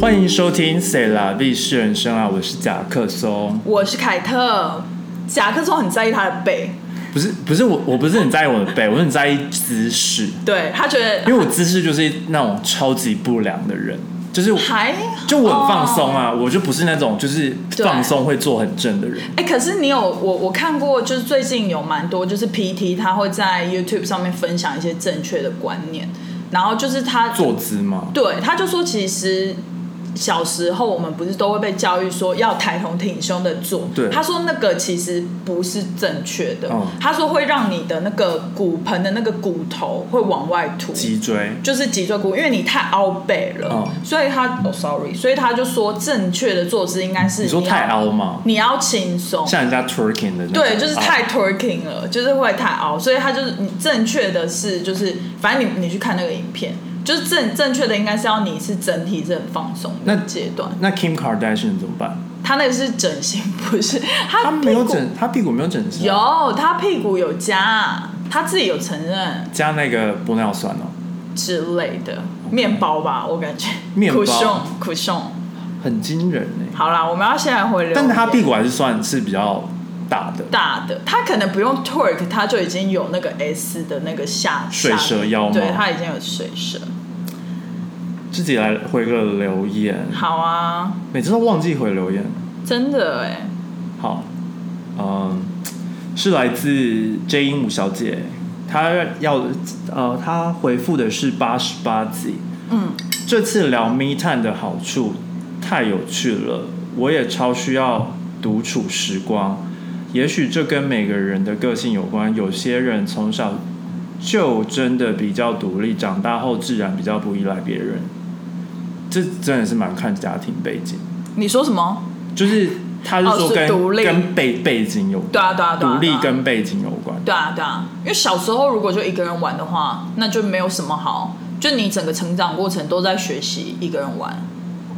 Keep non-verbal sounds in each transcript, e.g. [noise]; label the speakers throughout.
Speaker 1: 欢迎收听《谁啦 V 是人生》啊，我是贾克松。
Speaker 2: 我是凯特，贾克松很在意他的背，
Speaker 1: 不是不是我，我不是很在意我的背，我很在意姿势，
Speaker 2: 对他觉得
Speaker 1: 因为我姿势就是那种超级不良的人，就是
Speaker 2: 还
Speaker 1: 就我很放
Speaker 2: 哦
Speaker 1: 松啊，我就不是那种就是
Speaker 2: 对
Speaker 1: 放松会做很正的人。
Speaker 2: 哎、可是你有我我看过，就是最近有蛮多，就是 PT 他会在 YouTube 上面分享一些正确的观念，然后就是他
Speaker 1: 坐姿吗？
Speaker 2: 对他就说其实。小时候我们不是都会被教育说要抬头挺胸的坐，
Speaker 1: 对
Speaker 2: 他说那个其实不是正确的，
Speaker 1: 嗯
Speaker 2: 他说会让你的那个骨盆的那个骨头会往外凸，
Speaker 1: 脊椎
Speaker 2: 就是脊椎骨，因为你太凹背了，
Speaker 1: 哦
Speaker 2: 所以他哦，sorry，所以他就说正确的坐姿应啊该是
Speaker 1: 你说
Speaker 2: 要
Speaker 1: 太，凹吗？
Speaker 2: 你要轻松，
Speaker 1: 像人哦家 twerking 的那种啊
Speaker 2: 对，就是太
Speaker 1: 凹
Speaker 2: twerking 了，就是会太凹，所以他就是你正确的是就是，反正你你去看那个影片，就是正正确的应该是要你是整体是很放松的
Speaker 1: 那
Speaker 2: 阶段，
Speaker 1: 那 Kim Kardashian 怎么办？
Speaker 2: 他那个是整形，不
Speaker 1: [laughs]
Speaker 2: 是他
Speaker 1: 她
Speaker 2: 屁股
Speaker 1: 没有整，她屁股没有整形啊，
Speaker 2: 有他屁股有加，他自己有承认
Speaker 1: 加那个玻尿酸哦，
Speaker 2: 之类的面包吧，我感觉
Speaker 1: 面包
Speaker 2: 苦胸苦胸。
Speaker 1: 很惊人哎、
Speaker 2: 好啦，我们要先来回流。
Speaker 1: 但是他屁股还是算是比较大的，
Speaker 2: 大的，他可能不用 torque，他就已经有那个 S 的那个下
Speaker 1: 水蛇腰吗
Speaker 2: 下对，他已经有水蛇。
Speaker 1: 自己来回个留言，
Speaker 2: 好啊，
Speaker 1: 每次都忘记回留言。
Speaker 2: 真的哎，
Speaker 1: 好，嗯，是来自 J 鹦鹉小姐，她要呃，她回复的是八十八集。
Speaker 2: 嗯，
Speaker 1: 这次聊 Me Time 的好处太有趣了，我也超需要独处时光。也许这跟每个人的个性有关，有些人从小就真的比较独立，长大后自然比较不依赖别人。这真的是蛮看家庭背景，
Speaker 2: 你说什么？
Speaker 1: 就是他是说
Speaker 2: 哦是
Speaker 1: 跟、
Speaker 2: 独立
Speaker 1: 跟背背景有关，
Speaker 2: 对啊，对啊，对啊，
Speaker 1: 独立
Speaker 2: 对啊
Speaker 1: 跟背景有关。
Speaker 2: 对啊，对啊，因为小时候如果就一个人玩的话，那就没有什么好，就你整个成长过程都在学习一个人玩。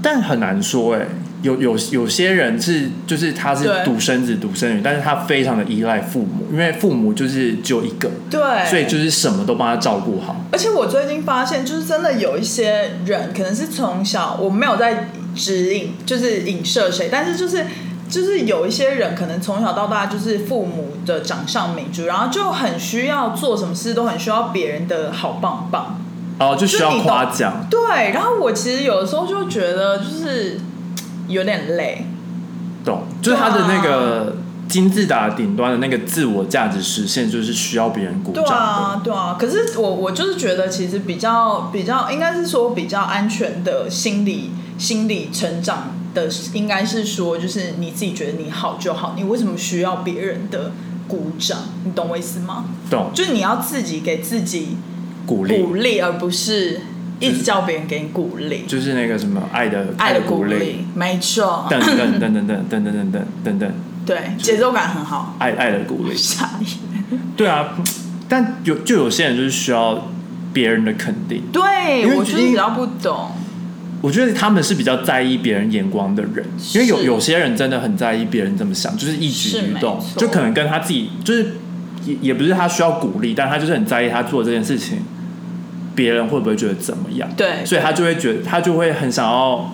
Speaker 1: 但很难说哎、有有有些人是就是他是
Speaker 2: 对
Speaker 1: 独生子独生女，但是他非常的依赖父母，因为父母就是只有一个，
Speaker 2: 对
Speaker 1: 所以就是什么都帮他照顾好。
Speaker 2: 而且我最近发现，就是真的有一些人，可能是从小我没有在指引，就是影射谁，但是就是就是有一些人，可能从小到大就是父母的掌上明珠，然后就很需要做什么事都很需要别人的好棒棒。
Speaker 1: 哦，就需要
Speaker 2: 就你懂
Speaker 1: 夸奖，
Speaker 2: 对，然后我其实有的时候就觉得就是嘖有点累，
Speaker 1: 懂？就是他的那个
Speaker 2: 啊
Speaker 1: 金字塔顶端的那个自我价值实现，就是需要别人鼓
Speaker 2: 对
Speaker 1: 掌的。
Speaker 2: 啊，对啊。可是我我就是觉得，其实比较比较，应该是说比较安全的心理心理成长的，应该是说就是你自己觉得你好就好，你为什么需要别人的鼓掌？你懂我意思吗？
Speaker 1: 懂？
Speaker 2: 就是你要自己给自己
Speaker 1: 鼓励，
Speaker 2: 啊鼓励，而不是一直叫别人给你鼓励。
Speaker 1: 就是那个什么爱的
Speaker 2: 爱的鼓
Speaker 1: 鼓，
Speaker 2: 励，没错，
Speaker 1: 等等等等等等等等等等等，
Speaker 2: 对，节奏感很好。
Speaker 1: 爱爱的鼓励。
Speaker 2: 傻眼
Speaker 1: 对啊，但有就有些人就是需要别人的肯定。因
Speaker 2: 对
Speaker 1: 为
Speaker 2: 我就是
Speaker 1: 因为
Speaker 2: 比较不懂，
Speaker 1: 我觉得他们是比较在意别人眼光的人，因为有
Speaker 2: 是
Speaker 1: 有些人真的很在意别人怎么想，就是一举
Speaker 2: 是
Speaker 1: 一
Speaker 2: 没
Speaker 1: 动，
Speaker 2: 错
Speaker 1: 就可能跟他自己就是也也不是他需要鼓励，但他就是很在意他做这件事情，别人会不会觉得怎么样？
Speaker 2: 对
Speaker 1: 所以他就会觉得他就会很想要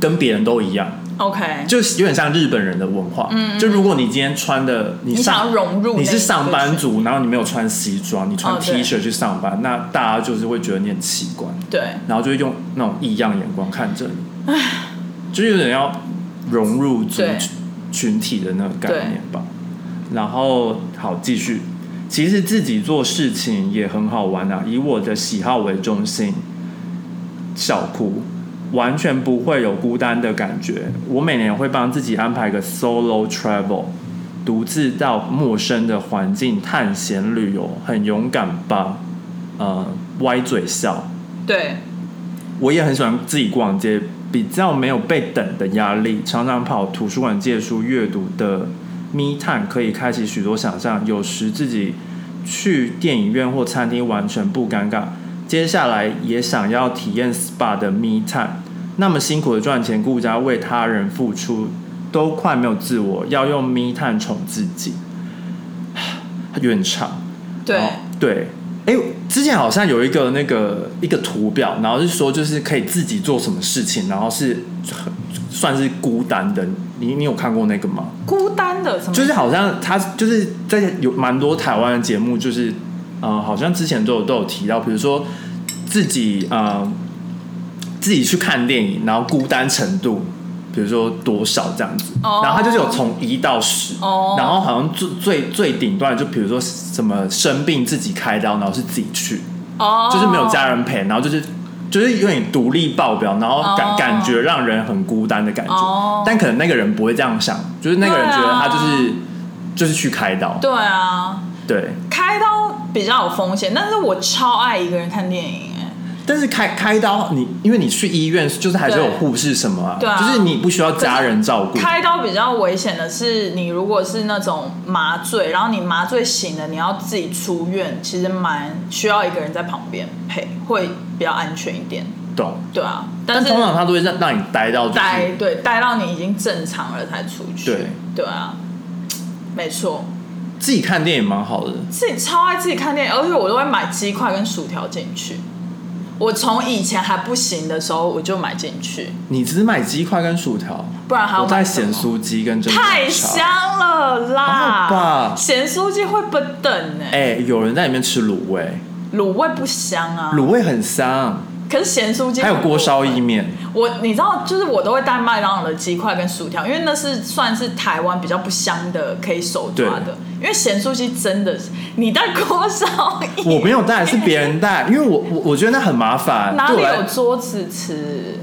Speaker 1: 跟别人都一样，
Speaker 2: ，OK，
Speaker 1: 就是有点像日本人的文化。嗯，就如果你今天穿的你
Speaker 2: 你想
Speaker 1: 上
Speaker 2: 要融入那一个群，
Speaker 1: 你是上班族，然后你没有穿西装，你穿
Speaker 2: 哦
Speaker 1: T
Speaker 2: 对
Speaker 1: 恤去上班，那大家就是会觉得你很奇怪，
Speaker 2: 对，
Speaker 1: 然后就会用那种异样眼光看着你，就是有点要融入族
Speaker 2: 对
Speaker 1: 群群体的那个概念吧。然后好，继续。其实自己做事情也很好玩啊，以我的喜好为中心，笑哭，完全不会有孤单的感觉。我每年会帮自己安排个 solo travel，独自到陌生的环境探险旅游，很勇敢吧？呃，歪嘴笑。
Speaker 2: 对，
Speaker 1: 我也很喜欢自己逛街，比较没有被等的压力，常常跑图书馆借书阅读的 me time 可以开启许多想象。有时自己去电影院或餐厅完全不尴尬。接下来也想要体验 SPA 的 me time，那么辛苦的赚钱，顾家为他人付出，都快没有自我，要用 me time 啊宠自己，有点长。
Speaker 2: 对
Speaker 1: 哦，对，哎、哎，之前好像有一个那个一个图表，然后是说就是可以自己做什么事情，然后是很算是孤单的。你你有看过那个吗？
Speaker 2: 孤单的什么？
Speaker 1: 就是好像他就是在有蛮多台湾的节目，就是呃，好像之前都有都有提到，比如说自己呃自己去看电影，然后孤单程度，比如说多少这样子，
Speaker 2: 哦
Speaker 1: 然后他就是有从一到十，
Speaker 2: 哦
Speaker 1: 然后好像最最最顶端的就比如说什么生病自己开刀，然后是自己去，
Speaker 2: 哦，
Speaker 1: 就是没有家人陪，然后就是就是有点独立爆表，然后感、
Speaker 2: 哦
Speaker 1: 感觉让人很孤单的感觉。
Speaker 2: 哦
Speaker 1: 但可能那个人不会这样想，就是那个人觉得他就是、
Speaker 2: 对啊
Speaker 1: 就是去开刀，
Speaker 2: 对啊，
Speaker 1: 对。
Speaker 2: 开刀比较有风险，但是我超爱一个人看电影、哎，
Speaker 1: 但是开开刀你因为你去医院就是还是有护士什么啊，
Speaker 2: 对对啊
Speaker 1: 就是你不需要家人照顾，
Speaker 2: 开刀比较危险的是，你如果是那种麻醉，然后你麻醉醒了，你要自己出院，其实蛮需要一个人在旁边陪，会比较安全一点。
Speaker 1: 懂？
Speaker 2: 对啊，但
Speaker 1: 但
Speaker 2: 是
Speaker 1: 通常他都会让让你待到、就是、
Speaker 2: 待对待到你已经正常了才出去。
Speaker 1: 对
Speaker 2: 对啊，没错，
Speaker 1: 自己看电影蛮好的，
Speaker 2: 自己超爱自己看电影，而且我都会买鸡块跟薯条进去。我从以前还不行的时候，我就买进去，
Speaker 1: 你只买鸡块跟薯条，
Speaker 2: 不然还要
Speaker 1: 我在
Speaker 2: 买什么
Speaker 1: 咸酥鸡跟蒸
Speaker 2: 太
Speaker 1: 奶茶
Speaker 2: 香了
Speaker 1: 还好
Speaker 2: 啦
Speaker 1: 吧！
Speaker 2: 咸酥鸡会不等呢、
Speaker 1: 哎、有人在里面吃卤味，
Speaker 2: 卤味不香啊，
Speaker 1: 卤味很香，
Speaker 2: 可是咸酥
Speaker 1: [laughs]
Speaker 2: 鸡
Speaker 1: 还有锅烧意
Speaker 2: 一。
Speaker 1: 面，
Speaker 2: 我你知道，就是我都会带麦当劳的鸡块跟薯条，因为那是算是台湾比较不香的可以手抓的。因为咸酥鸡真的是，你带锅烧意
Speaker 1: 我没有带，是别人
Speaker 2: [laughs]
Speaker 1: 带，因为我我我觉得那很麻烦，
Speaker 2: 哪
Speaker 1: 对
Speaker 2: 里
Speaker 1: 我
Speaker 2: 有
Speaker 1: 来
Speaker 2: 桌子吃？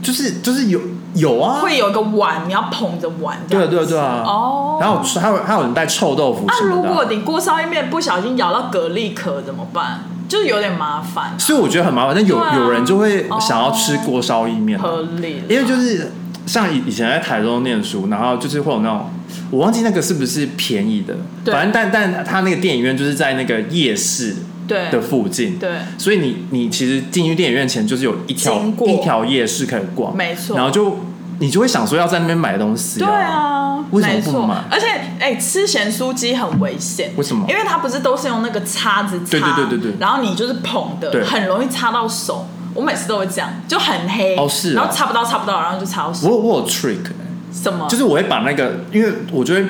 Speaker 1: 就是就是有有啊，
Speaker 2: 会有一个碗，你要捧着碗这
Speaker 1: 对啊
Speaker 2: 样子。
Speaker 1: 对啊对啊，
Speaker 2: 哦
Speaker 1: 然后有还有还有人带臭豆腐
Speaker 2: 那、
Speaker 1: 什
Speaker 2: 如
Speaker 1: 么的
Speaker 2: 果
Speaker 1: 啊，
Speaker 2: 你锅烧意面不小心咬到蛤蜊壳怎么办？就是有点麻烦、啊，
Speaker 1: 所以我觉得很麻烦，但有、
Speaker 2: 对啊哦
Speaker 1: 有人就会想要吃锅烧意面啊，
Speaker 2: 合理啦。
Speaker 1: 因为就是像以以前在台中念书，然后就是会有那种。我忘记那个是不是便宜的，
Speaker 2: 对
Speaker 1: 反正但但他那个电影院就是在那个夜市
Speaker 2: 对
Speaker 1: 的啊附近，
Speaker 2: 对
Speaker 1: 所以你你其实进去电影院前就是有一条
Speaker 2: 经过
Speaker 1: 一条夜市可以逛，
Speaker 2: 没错
Speaker 1: 然后就你就会想说要在那边买东西、
Speaker 2: 对啊，
Speaker 1: 为什么
Speaker 2: 没
Speaker 1: 不
Speaker 2: 错
Speaker 1: 买
Speaker 2: 而且，哎、吃咸酥鸡很危险。
Speaker 1: 为什么
Speaker 2: 因为它不是都是用那个叉子
Speaker 1: 对
Speaker 2: 叉，
Speaker 1: 对对对对
Speaker 2: 然后你就是捧的，
Speaker 1: 对
Speaker 2: 很容易插到手。我每次都会这样，就很黑，
Speaker 1: 哦是啊
Speaker 2: 然后插不到，插不到，然后就插到手。
Speaker 1: 我我有 trick，、欸
Speaker 2: 什么？
Speaker 1: 就是我会把那个，因为我就会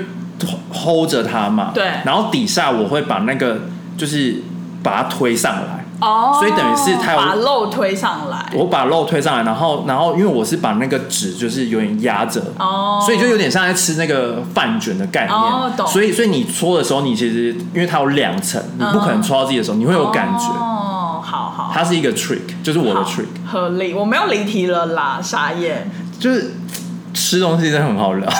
Speaker 1: hold 着它嘛，
Speaker 2: 对
Speaker 1: 然后底下我会把那个就是把它推上来，
Speaker 2: 哦，
Speaker 1: 所以等于是它有
Speaker 2: 把肉推上来，
Speaker 1: 我把肉推上来，然后然后因为我是把那个纸就是有点压着，
Speaker 2: 哦，
Speaker 1: 所以就有点像在吃那个饭卷的概念。
Speaker 2: 哦懂
Speaker 1: 所以所以你搓的时候，你其实因为它有两层，你不可能搓到自己的手，你会有感觉。
Speaker 2: 嗯哦，好好，
Speaker 1: 它是一个 trick，就是我的
Speaker 2: 好
Speaker 1: trick，
Speaker 2: 合理，我没有离题了啦，傻眼。
Speaker 1: 就是吃东西真的很好聊。 [laughs]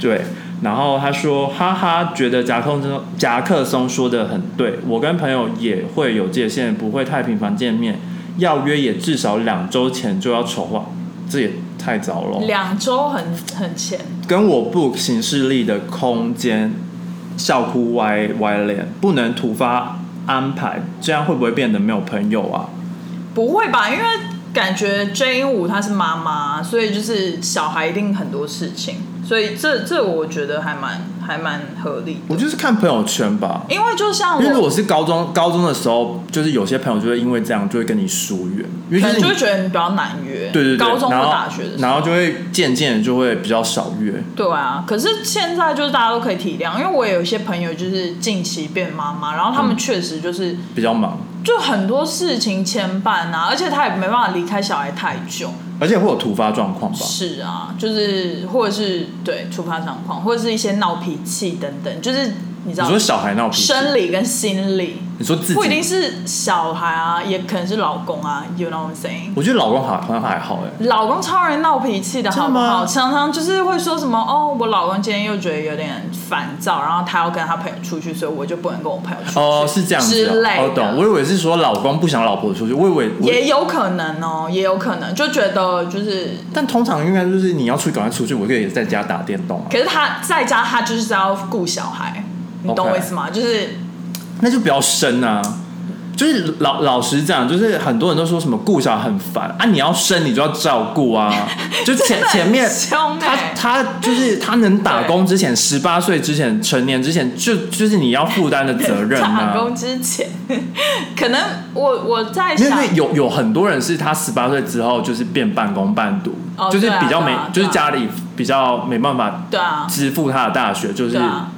Speaker 1: 对，然后他说，哈哈，觉得夹克松夹克松说的很对，我跟朋友也会有界限，不会太频繁见面，要约也至少两周前就要筹划，这也太早了。
Speaker 2: 两周很很浅，
Speaker 1: 跟我不行事力的空间，笑哭歪歪脸，不能突发安排，这样会不会变得没有朋友啊？
Speaker 2: 不会吧？因为感觉 J 五她是妈妈，所以就是小孩一定很多事情，所以这这我觉得还蛮还蛮合理
Speaker 1: 我就是看朋友圈吧，
Speaker 2: 因为就像
Speaker 1: 因为如
Speaker 2: 哦我，
Speaker 1: 果是高中高中的时候，就是有些朋友就会因为这样就会跟你疏远，因为
Speaker 2: 可
Speaker 1: 就
Speaker 2: 能
Speaker 1: 是
Speaker 2: 就
Speaker 1: 你
Speaker 2: 会觉得你比较难约，
Speaker 1: 对对对，
Speaker 2: 高中
Speaker 1: 然
Speaker 2: 或
Speaker 1: 后
Speaker 2: 大学的时候，
Speaker 1: 然后就会渐渐地就会比较少约。
Speaker 2: 对啊。可是现在就是大家都可以体谅，因为我也有一些朋友就是近期变妈妈，然后
Speaker 1: 嗯
Speaker 2: 他们确实就是、
Speaker 1: 比较忙，
Speaker 2: 就很多事情牵绊啊，而且他也没办法离开小孩太久。
Speaker 1: 而且会有突发状况吧？
Speaker 2: 是啊，就是或者是对突发状况，或者是一些闹脾气等等，就是你
Speaker 1: 你
Speaker 2: 知道
Speaker 1: 说小孩闹脾气，
Speaker 2: 生理跟心理，
Speaker 1: 你说自
Speaker 2: 不一定
Speaker 1: 己，
Speaker 2: 是小孩啊，也可能是老公啊，you know what I'm saying？
Speaker 1: 我觉得老公好像还好哎、
Speaker 2: 老公超人闹脾气的
Speaker 1: 真的
Speaker 2: 好不
Speaker 1: 吗
Speaker 2: 好？常常就是会说什么哦，我老公今天又觉得有点烦躁，然后他要跟他朋友出去，所以我就不能跟我朋友出去。
Speaker 1: 哦，是这样子、
Speaker 2: 之类
Speaker 1: 哦，
Speaker 2: 的
Speaker 1: 我懂。我以为是说老公不想老婆出去，我以为我
Speaker 2: 也有可能哦，也有可能就觉得就是
Speaker 1: 但通常应该就是你要出去赶快出去，我可以在家打电动啊，
Speaker 2: 可是他在家，他就是要顾小孩，你懂
Speaker 1: OK
Speaker 2: 我意思吗就是
Speaker 1: 那就不要生啊。就是老老实讲，就是很多人都说什么顾小很烦啊，你要生你就要照顾啊，
Speaker 2: [laughs]
Speaker 1: 就前前面
Speaker 2: 凶
Speaker 1: 他
Speaker 2: 欸
Speaker 1: 他就是他能打工之前，十八岁之前，成年之前，就就是你要负担的责任
Speaker 2: 打 [laughs]
Speaker 1: 啊。
Speaker 2: 工之前，可能我我在
Speaker 1: 因为因
Speaker 2: 想
Speaker 1: 为，有有很多人是他十八岁之后就是变半工半读，
Speaker 2: 哦
Speaker 1: 就是
Speaker 2: 对啊
Speaker 1: 比较没，
Speaker 2: 对啊
Speaker 1: 就是
Speaker 2: 对啊
Speaker 1: 家里比较没办法
Speaker 2: 对啊，
Speaker 1: 支付他的大学，就是、
Speaker 2: 对啊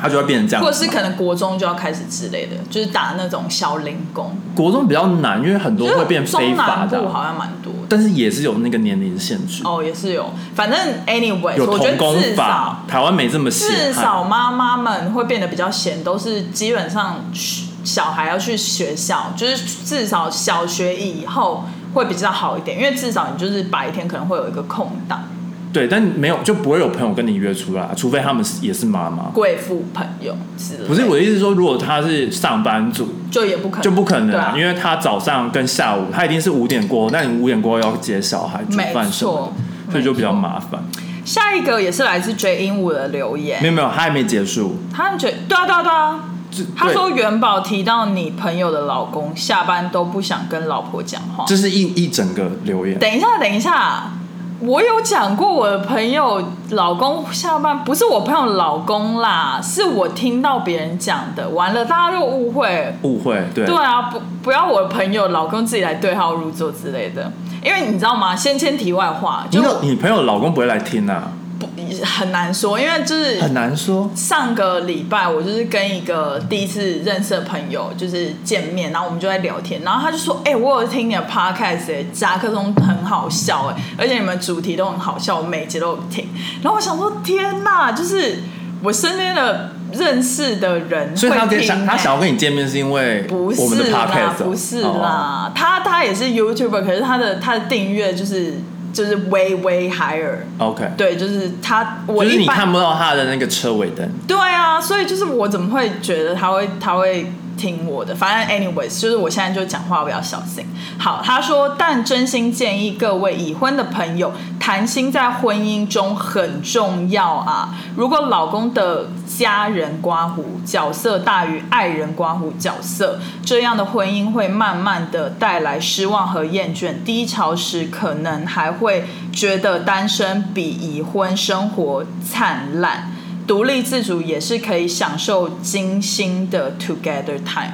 Speaker 1: 他就会变成这样子嘛。
Speaker 2: 或者是可能国中就要开始之类的，就是打那种小零工，
Speaker 1: 国中比较难，因为很多
Speaker 2: 就是
Speaker 1: 会变非
Speaker 2: 中
Speaker 1: 法
Speaker 2: 南
Speaker 1: 的
Speaker 2: 部
Speaker 1: 啊，
Speaker 2: 好像蛮多的。
Speaker 1: 但是也是有那个年龄限制。
Speaker 2: 哦，也是有，反正 anyway，
Speaker 1: 有童
Speaker 2: 我觉得
Speaker 1: 工
Speaker 2: 至少
Speaker 1: 法，台湾没这么写。
Speaker 2: 至少妈妈们会变得比较闲，都是基本上去小孩要去学校，就是至少小学以后会比较好一点，因为至少你就是白天可能会有一个空档。
Speaker 1: 对，但没有就不会有朋友跟你约出来，除非他们是也是妈妈。
Speaker 2: 贵妇朋友之类的，
Speaker 1: 不是我的意思是说，如果他是上班族，
Speaker 2: 就也不可能，
Speaker 1: 就不可能
Speaker 2: 对
Speaker 1: 啊，
Speaker 2: 啊，
Speaker 1: 因为他早上跟下午，他一定是五点过后，那你五点过后要接小孩、煮
Speaker 2: 没
Speaker 1: 饭什么
Speaker 2: 错
Speaker 1: 的，所以就比较麻烦。
Speaker 2: 下一个也是来自追鹦鹉的留
Speaker 1: 没
Speaker 2: 言，
Speaker 1: 有没有，他还没结束。
Speaker 2: 他们觉得对啊对啊对啊，
Speaker 1: 这
Speaker 2: 他
Speaker 1: 对
Speaker 2: 说元宝提到你朋友的老公下班都不想跟老婆讲话，
Speaker 1: 这是一一整个留言，
Speaker 2: 等一下，等一下，我有讲过我的朋友老公下班不是我朋友老公啦，是我听到别人讲的。完了，大家就误会。
Speaker 1: 误会对
Speaker 2: 对啊，不不要我的朋友老公自己来对号入座之类的，因为你知道吗？先先题外话，
Speaker 1: 你
Speaker 2: 就
Speaker 1: 老你朋友老公不会来听啊，
Speaker 2: 不很难说，因为就是
Speaker 1: 很难说。
Speaker 2: 上个礼拜我就是跟一个第一次认识的朋友就是见面，然后我们就在聊天，然后他就说：“哎、我有听你的 podcast，、欸、扎克松很好笑、欸，而且你们主题都很好笑，我每集都有听。”然后我想说：“天哪，就是我身边的认识的人、会
Speaker 1: 所以他跟
Speaker 2: 听
Speaker 1: 想
Speaker 2: 欸
Speaker 1: 他想要跟你见面，是因为
Speaker 2: 不
Speaker 1: 我们的 podcast
Speaker 2: 是啦，
Speaker 1: 哦
Speaker 2: 不是，啦，他他也是 YouTuber，可是他的他的订阅就是就是微微 higher，
Speaker 1: 哦 OK，
Speaker 2: 对，就是他我
Speaker 1: 就是
Speaker 2: 一
Speaker 1: 你
Speaker 2: 般
Speaker 1: 看不到他的那个车尾灯，
Speaker 2: 对啊，所以就是我怎么会觉得他会他会听我的？反正 anyways，就是我现在就讲话比较小心。好，他说，但真心建议各位已婚的朋友，谈心在婚姻中很重要啊。如果老公的家人刮胡角色大于爱人刮胡角色，这样的婚姻会慢慢的带来失望和厌倦。低潮时可能还会觉得单身比已婚生活灿烂。独立自主也是可以享受精心的 together time。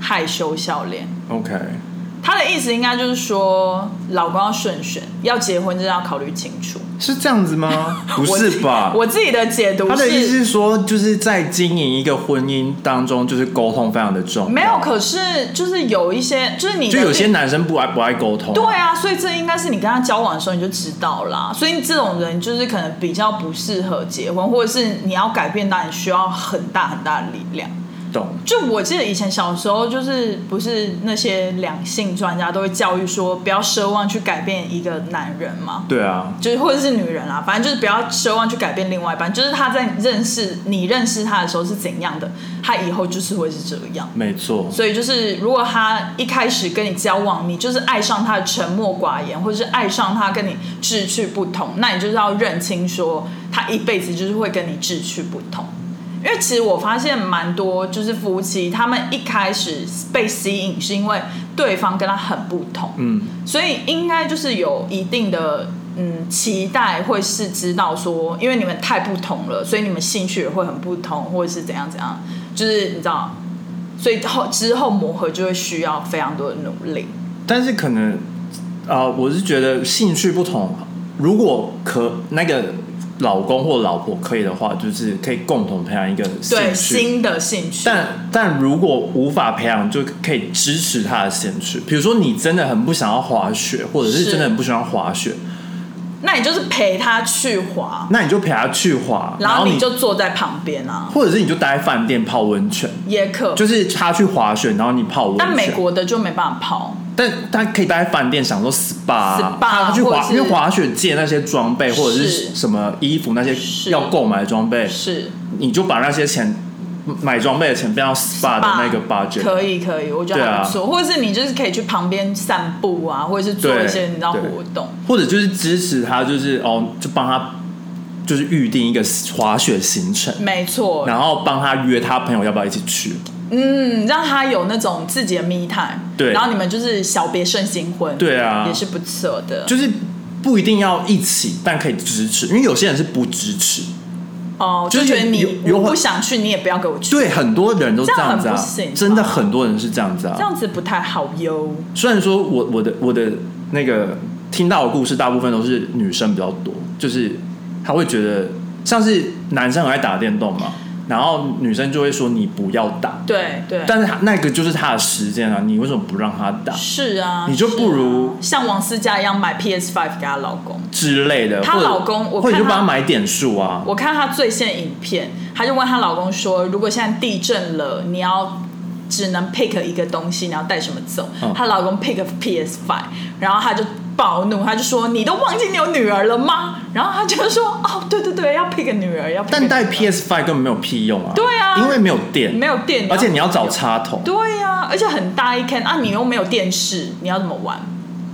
Speaker 2: 害羞笑脸，
Speaker 1: OK，
Speaker 2: 他的意思应该就是说，老公要慎选，要结婚就是要考虑清楚。
Speaker 1: 是这样子吗？ [laughs] 不
Speaker 2: 我
Speaker 1: 是
Speaker 2: 自
Speaker 1: 吧？
Speaker 2: 我自己的解读
Speaker 1: 他的意思
Speaker 2: 是
Speaker 1: 是说，就是在经营一个婚姻当中，就是沟通非常的重要。
Speaker 2: 没有，可是就是有一些，就是你的
Speaker 1: 就有些男生不爱不爱沟通。
Speaker 2: 对啊，所以这应该是你跟他交往的时候你就知道啦。所以这种人就是可能比较不适合结婚，或者是你要改变，当然需要很大很大的力量。
Speaker 1: 懂。
Speaker 2: 就我记得以前小时候，就是不是那些两性专家都会教育说，不要奢望去改变一个男人嘛，
Speaker 1: 对啊，
Speaker 2: 就是或者是女人啊，反正就是不要奢望去改变另外一半，就是他在认识你认识他的时候是怎样的，他以后就是会是这样。
Speaker 1: 没错。
Speaker 2: 所以就是，如果他一开始跟你交往，你就是爱上他的沉默寡言，或者是爱上他跟你志趣不同，那你就是要认清说，他一辈子就是会跟你志趣不同。因为其实我发现蛮多就是夫妻，他们一开始被吸引是因为对方跟他很不同，
Speaker 1: 嗯，
Speaker 2: 所以应该就是有一定的嗯期待，会是知道说，因为你们太不同了，所以你们兴趣也会很不同，或者是怎样怎样，就是你知道，所以后之后磨合就会需要非常多的努力。
Speaker 1: 但是可能啊、呃我是觉得兴趣不同，如果可那个老公或老婆可以的话，就是可以共同培养一个兴趣。
Speaker 2: 对新的兴趣，
Speaker 1: 但但如果无法培养，就可以支持他的兴趣。比如说，你真的很不想要滑雪，或者是
Speaker 2: 是
Speaker 1: 真的很不喜欢滑雪，
Speaker 2: 那你就是陪他去滑，
Speaker 1: 那你就陪他去滑，
Speaker 2: 然后
Speaker 1: 你
Speaker 2: 你就坐在旁边啊，
Speaker 1: 或者是你就待在饭店泡温泉，
Speaker 2: 也可。
Speaker 1: 就是他去滑雪，然后你泡温泉。
Speaker 2: 但美国的就没办法跑，
Speaker 1: 但他可以待在饭店享受 SPA，啊
Speaker 2: SPA
Speaker 1: 他去
Speaker 2: 或者
Speaker 1: 滑，
Speaker 2: 是
Speaker 1: 因为滑雪界那些装备或者是
Speaker 2: 是
Speaker 1: 什么衣服那些
Speaker 2: 是
Speaker 1: 要购买的装备，
Speaker 2: 是
Speaker 1: 你就把那些钱买装备的钱变到 SPA 的那个 budget。啊
Speaker 2: 可以可以，我觉得还不错。或者是你就是可以去旁边散步啊，或者是做
Speaker 1: 对
Speaker 2: 一些你知道
Speaker 1: 对
Speaker 2: 活动。
Speaker 1: 或者就是支持他，就是哦，就帮他就是预定一个滑雪行程，
Speaker 2: 没错，
Speaker 1: 然后帮他约他朋友要不要一起去。
Speaker 2: 嗯，让他有那种自己的 me time，
Speaker 1: 对
Speaker 2: 然后你们就是小别胜新婚，
Speaker 1: 对啊
Speaker 2: 也是不错的，
Speaker 1: 就是不一定要一起，但可以支持，因为有些人是不支持。
Speaker 2: 哦，
Speaker 1: 就是
Speaker 2: 觉得你
Speaker 1: 有有
Speaker 2: 我不
Speaker 1: 很
Speaker 2: 想去，你也不要给我去，
Speaker 1: 对，啊很多人都
Speaker 2: 这样
Speaker 1: 样子啊
Speaker 2: 很不行吧，
Speaker 1: 真的很多人是这样子啊。
Speaker 2: 这样子不太好哟。
Speaker 1: 虽然说我我的我的那个听到的故事，大部分都是女生比较多，就是她会觉得像是男生很爱打电动嘛，然后女生就会说你不要打，
Speaker 2: 对对，
Speaker 1: 但是她那个就是她的时间啊，你为什么不让她打
Speaker 2: 是啊，
Speaker 1: 你就是
Speaker 2: 啊
Speaker 1: 不如
Speaker 2: 像王思佳一样买 PS Five 给她老公。
Speaker 1: 之类的？
Speaker 2: 她
Speaker 1: 或者
Speaker 2: 老公我
Speaker 1: 或者
Speaker 2: 看
Speaker 1: 就帮
Speaker 2: 她
Speaker 1: 她买点数啊，
Speaker 2: 我看她最新的影片，她就问她老公说：“如果现在地震了，你要只能 pick 一个东西，你要带什么走？”
Speaker 1: 嗯
Speaker 2: 她、老公 pick PS Five，然后她就暴怒，她就说：“你都忘记你有女儿了吗？”然后她就说：“哦，对对对，要 pick 女儿，要 pick
Speaker 1: 但带
Speaker 2: 女儿
Speaker 1: PS Five 根本没有屁用啊，
Speaker 2: 对啊
Speaker 1: 因为没有电，
Speaker 2: 没有电，
Speaker 1: 而且你要找插
Speaker 2: 插。
Speaker 1: 头。
Speaker 2: 对呀、而且很大一坑啊，你又没有电视，你要怎么玩？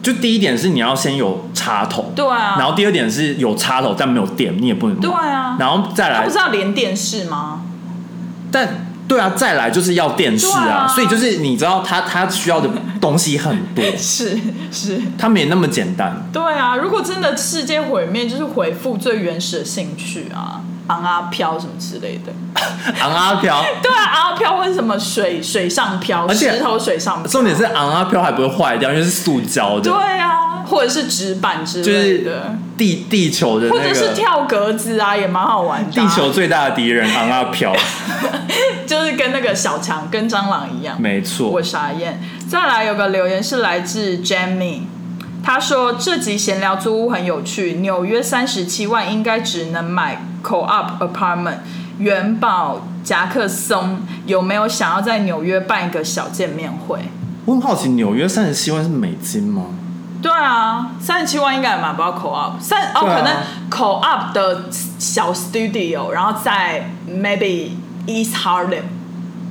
Speaker 1: 就第一点是你要先有插头，
Speaker 2: 对啊
Speaker 1: 然后第二点是有插头但没有电，你也不能玩
Speaker 2: 对啊
Speaker 1: 然后再
Speaker 2: 他
Speaker 1: 来
Speaker 2: 不是，要连电视
Speaker 1: [laughs]
Speaker 2: 吗？
Speaker 1: 但对啊，再来就是要电视
Speaker 2: 对
Speaker 1: 啊，
Speaker 2: 啊
Speaker 1: 所以就是你知道他他需要的东西很
Speaker 2: [laughs]
Speaker 1: 多，
Speaker 2: 是是，
Speaker 1: 他没那么简单。
Speaker 2: 对啊。如果真的世界毁灭，就是回复最原始的兴趣啊，昂啊飘什么之类的。
Speaker 1: 昂阿飘，
Speaker 2: 对啊，昂啊飘或者什么水水上漂，
Speaker 1: 而且
Speaker 2: 石头水上漂。
Speaker 1: 重点是昂阿飘还不会坏掉，因为是塑胶
Speaker 2: 对
Speaker 1: 的，
Speaker 2: 啊，或者是纸板之
Speaker 1: 就
Speaker 2: 类
Speaker 1: 是
Speaker 2: 的，
Speaker 1: 地地球的
Speaker 2: 或者
Speaker 1: 那
Speaker 2: 是
Speaker 1: 个
Speaker 2: 跳格子啊，也蛮好玩的啊、
Speaker 1: 地球最大的敌人昂阿
Speaker 2: [laughs]
Speaker 1: 飘，
Speaker 2: 就是跟那个小强跟蟑螂一样。
Speaker 1: 没错
Speaker 2: 我，傻眼。再来有个留言是来自 Jamie，他说这集闲聊租屋很有趣，纽约三十七万应该只能买 Co-op apartment。元宝、夹克松有没有想要在纽约办一个小见面会？
Speaker 1: 我很好奇，纽约三十七万是美金吗？
Speaker 2: 对啊，三十七万应该也买不到 Co-op，三哦、
Speaker 1: 对啊
Speaker 2: 可能 Co-op 的小 studio，然后在 maybe East Harlem，